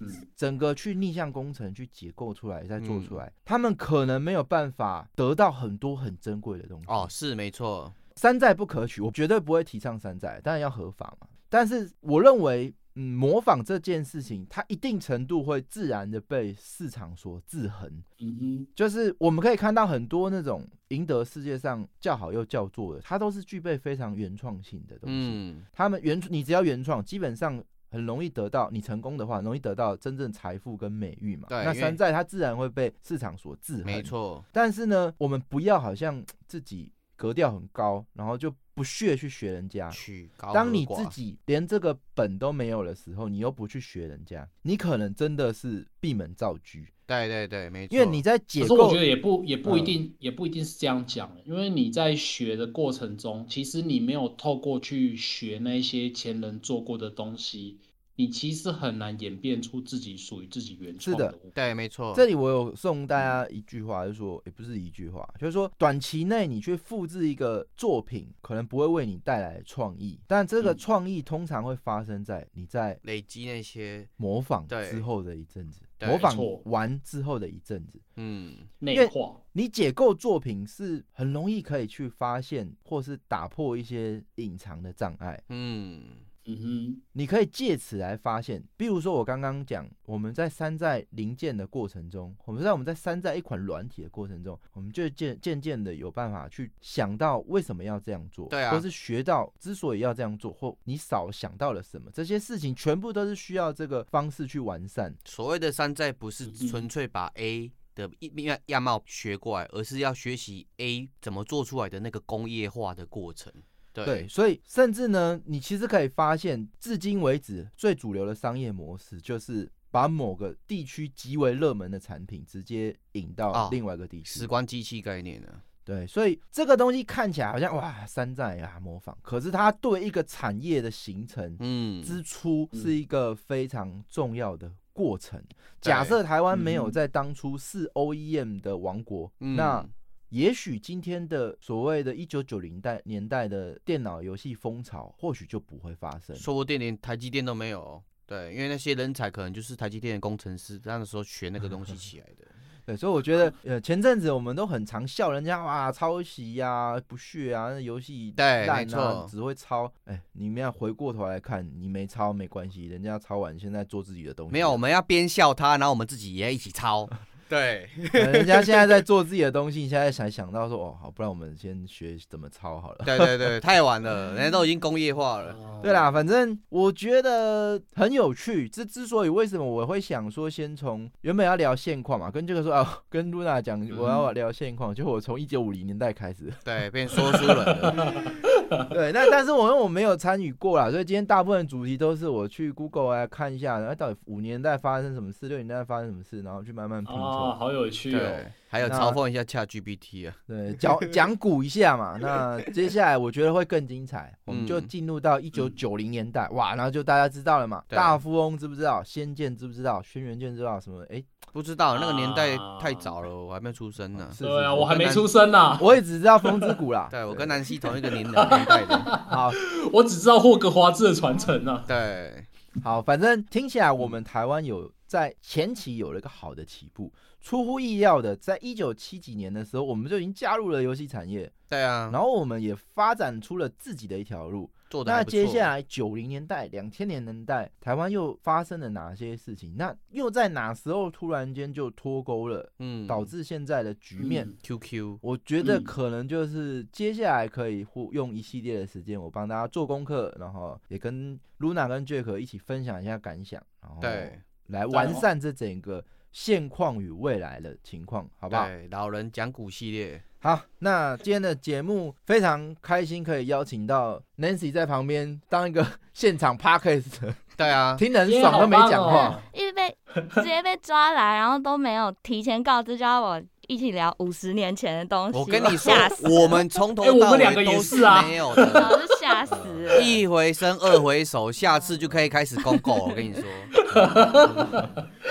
嗯
整个去逆向工程去解构出来，再做出来，他们可能没有办法得到很多很珍贵的东西。
哦，，是没错，
山寨不可取，我绝对不会提倡山寨，当然要合法嘛。但是我认为，嗯，模仿这件事情，它一定程度会自然的被市场所制衡。
嗯哼，
就是我们可以看到很多那种赢得世界上叫好又叫座的，它都是具备非常原创性的东西。
嗯，
他们原你只要原创，基本上很容易得到你成功的话，容易得到真正财富跟美誉嘛。
对
那
因为
山寨它自然会被市场所制衡。
没。错，
但是呢，我们不要好像自己格调很高，然后就不屑去学人家。
曲高
啊当
和
你自
寡
己连这个本都没有的时候，你又不去学人家，你可能真的是闭门造车，
对对对，没错，
因为你在解
可是我
构嗯
觉得也不也不一定、也不一定是这样讲，因为你在学的过程中，其实你没有透过去学那些前人做过的东西，你其实很难演变出自己属于自己原创
是的
物。
对没错，
这里我有送大家一句话，就是说，也不是一句话，就是说，短期内你去复制一个作品，可能不会为你带来创意，但这个
嗯
创意通常会发生在你在
累积那些
模仿
对
之后的一阵子，
对
模
没
仿
错
完之后的一阵子。
嗯
内化，
你解构作品是很容易可以去发现，或是打破一些隐藏的障碍。
嗯
嗯哼，
你可以借此来发现，比如说我刚刚讲，我们在山寨零件的过程中，我们在我们在山寨一款软体的过程中，我们就渐渐渐的有办法去想到为什么要这样做，
对啊
或是学到之所以要这样做，或你少想到了什么，这些事情全部都是需要这个方式去完善。
所谓的山寨不是
嗯
纯粹把 A 的一面样貌学过来，而是要学习 A 怎么做出来的那个工业化的过程。对，
对，所以甚至呢，你其实可以发现，至今为止最主流的商业模式就是把某个地区极为热门的产品直接引
哦
到另外一个地区。
时光机器概念啊呢？
对，所以这个东西看起来好像哇山寨啊模仿，可是它对一个产业的形成
嗯，
支出
嗯
是一个非常重要的过程。假设台湾没有在当初是 OEM 的王国，
嗯
那也许今天的所谓的一九九零代年代的电脑游戏风潮，或许就不会发生。
说不定连台积电都没有哦。对，因为那些人才可能就是台积电的工程师，那时候学那个东西起来的。
对，所以我觉得，呃，前阵子我们都很常笑人家哇抄袭呀、不屑啊，那游戏
对
烂
没
啊
错，
只会抄。哎，你们要回过头来看，你没抄没关系，人家抄完现在做自己的东西了，
没 (laughs) 有，我们要边笑他，然后我们自己也要一起抄。对，
呃人家现在在做自己的东西，你现在才想到说哦，好，不然我们先学怎么抄好了。
对对对，太晚了，人家都已经工业化了。
哦
对，啦，反正我觉得很有趣。这之所以为什么我会想说，先从原本要聊现况嘛，跟这个说啊，跟露娜讲我
嗯
要聊现况，就我从一九五零年代开始。
对，变说书人了。
(laughs)
对，那但是我因为我没有参与过啦，所以今天大部分主题都是我去 Google 来看一下，然后到底五年代发生什么事，六年代发生什么事，然后去慢慢拼凑。
啊，好有趣哦。
对，还有
那
嘲讽一下 ChatGPT 啊。
对，讲讲古一下嘛。
(laughs)
那接下来我觉得会更精彩，我们就
嗯
进入到一九九零年代，哇，然后就大家知道了嘛，
对
大富翁知不知道，仙剑知不知道，轩辕剑知道什么？哎，
不知道那个年代
啊
太早了，我还没有出生呢。
哦是
对啊，
是
我还没
跟
出生啊呢，
我也只知道风之谷啦
(laughs) 。对，我跟南希同一个年
(laughs)
年代的。
好
我只知道霍格华兹的传承啊。
对，
好，反正听起来我们台湾有在前期有了一个好的起步，出乎意料的，在一九七几年的时候，我们就已经加入了游戏产业，
对啊
然，后我们也发展出了自己的一条路。
做的
那接下来九零年代、两千年年代，台湾又发生了哪些事情？那又在哪时候突然间就脱钩了，
嗯
导致现在的局面？
嗯
QQ
我觉得
嗯
可能就是接下来可以互用一系列的时间，我帮大家做功课，然后也跟 Luna 跟 Jack 一起分享一下感想，然后
对哦
来完善这整个现况与未来的情况，好不好？
对老人讲古系列，
好，那今天的节目非常开心，可以邀请到 Nancy 在旁边当一个 (laughs) 现场 podcast，(laughs)
对啊，
听得很爽都没讲
今天好棒
话
哦。
因为被直接被抓来，然后都没有提前告知，就要我一起聊五十年前的东西，
我跟你说
吓，死，
我们从头
哎我
到
们两
尾
个也
都
是啊
没有
然
(laughs)
后
的。
就吓死了。
(laughs) 一回生，二回熟，下次就可以开始公狗。我跟你说，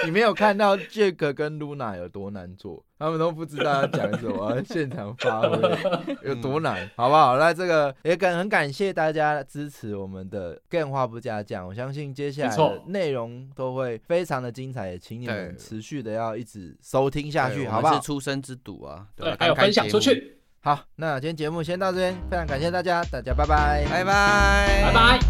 你没有看到 Jack 跟 Luna 有多难做，他们都不知道要讲什么，现场发
嗯
挥有多难，好不好？那这个也感很感谢大家支持我们的《更话不加酱》，我相信接下来
没
的
错
内容都会非常的精彩，也请你们
对
持续的要一直收听 (laughs) 下
对
去，
我
好
们
不好
是？出生之犊啊，
对
吧，
还有
刚开
分享
节
出
目，
去，
哎
好，那今天节目先到这边，非常感谢大家，大家拜拜，
拜拜，
拜拜。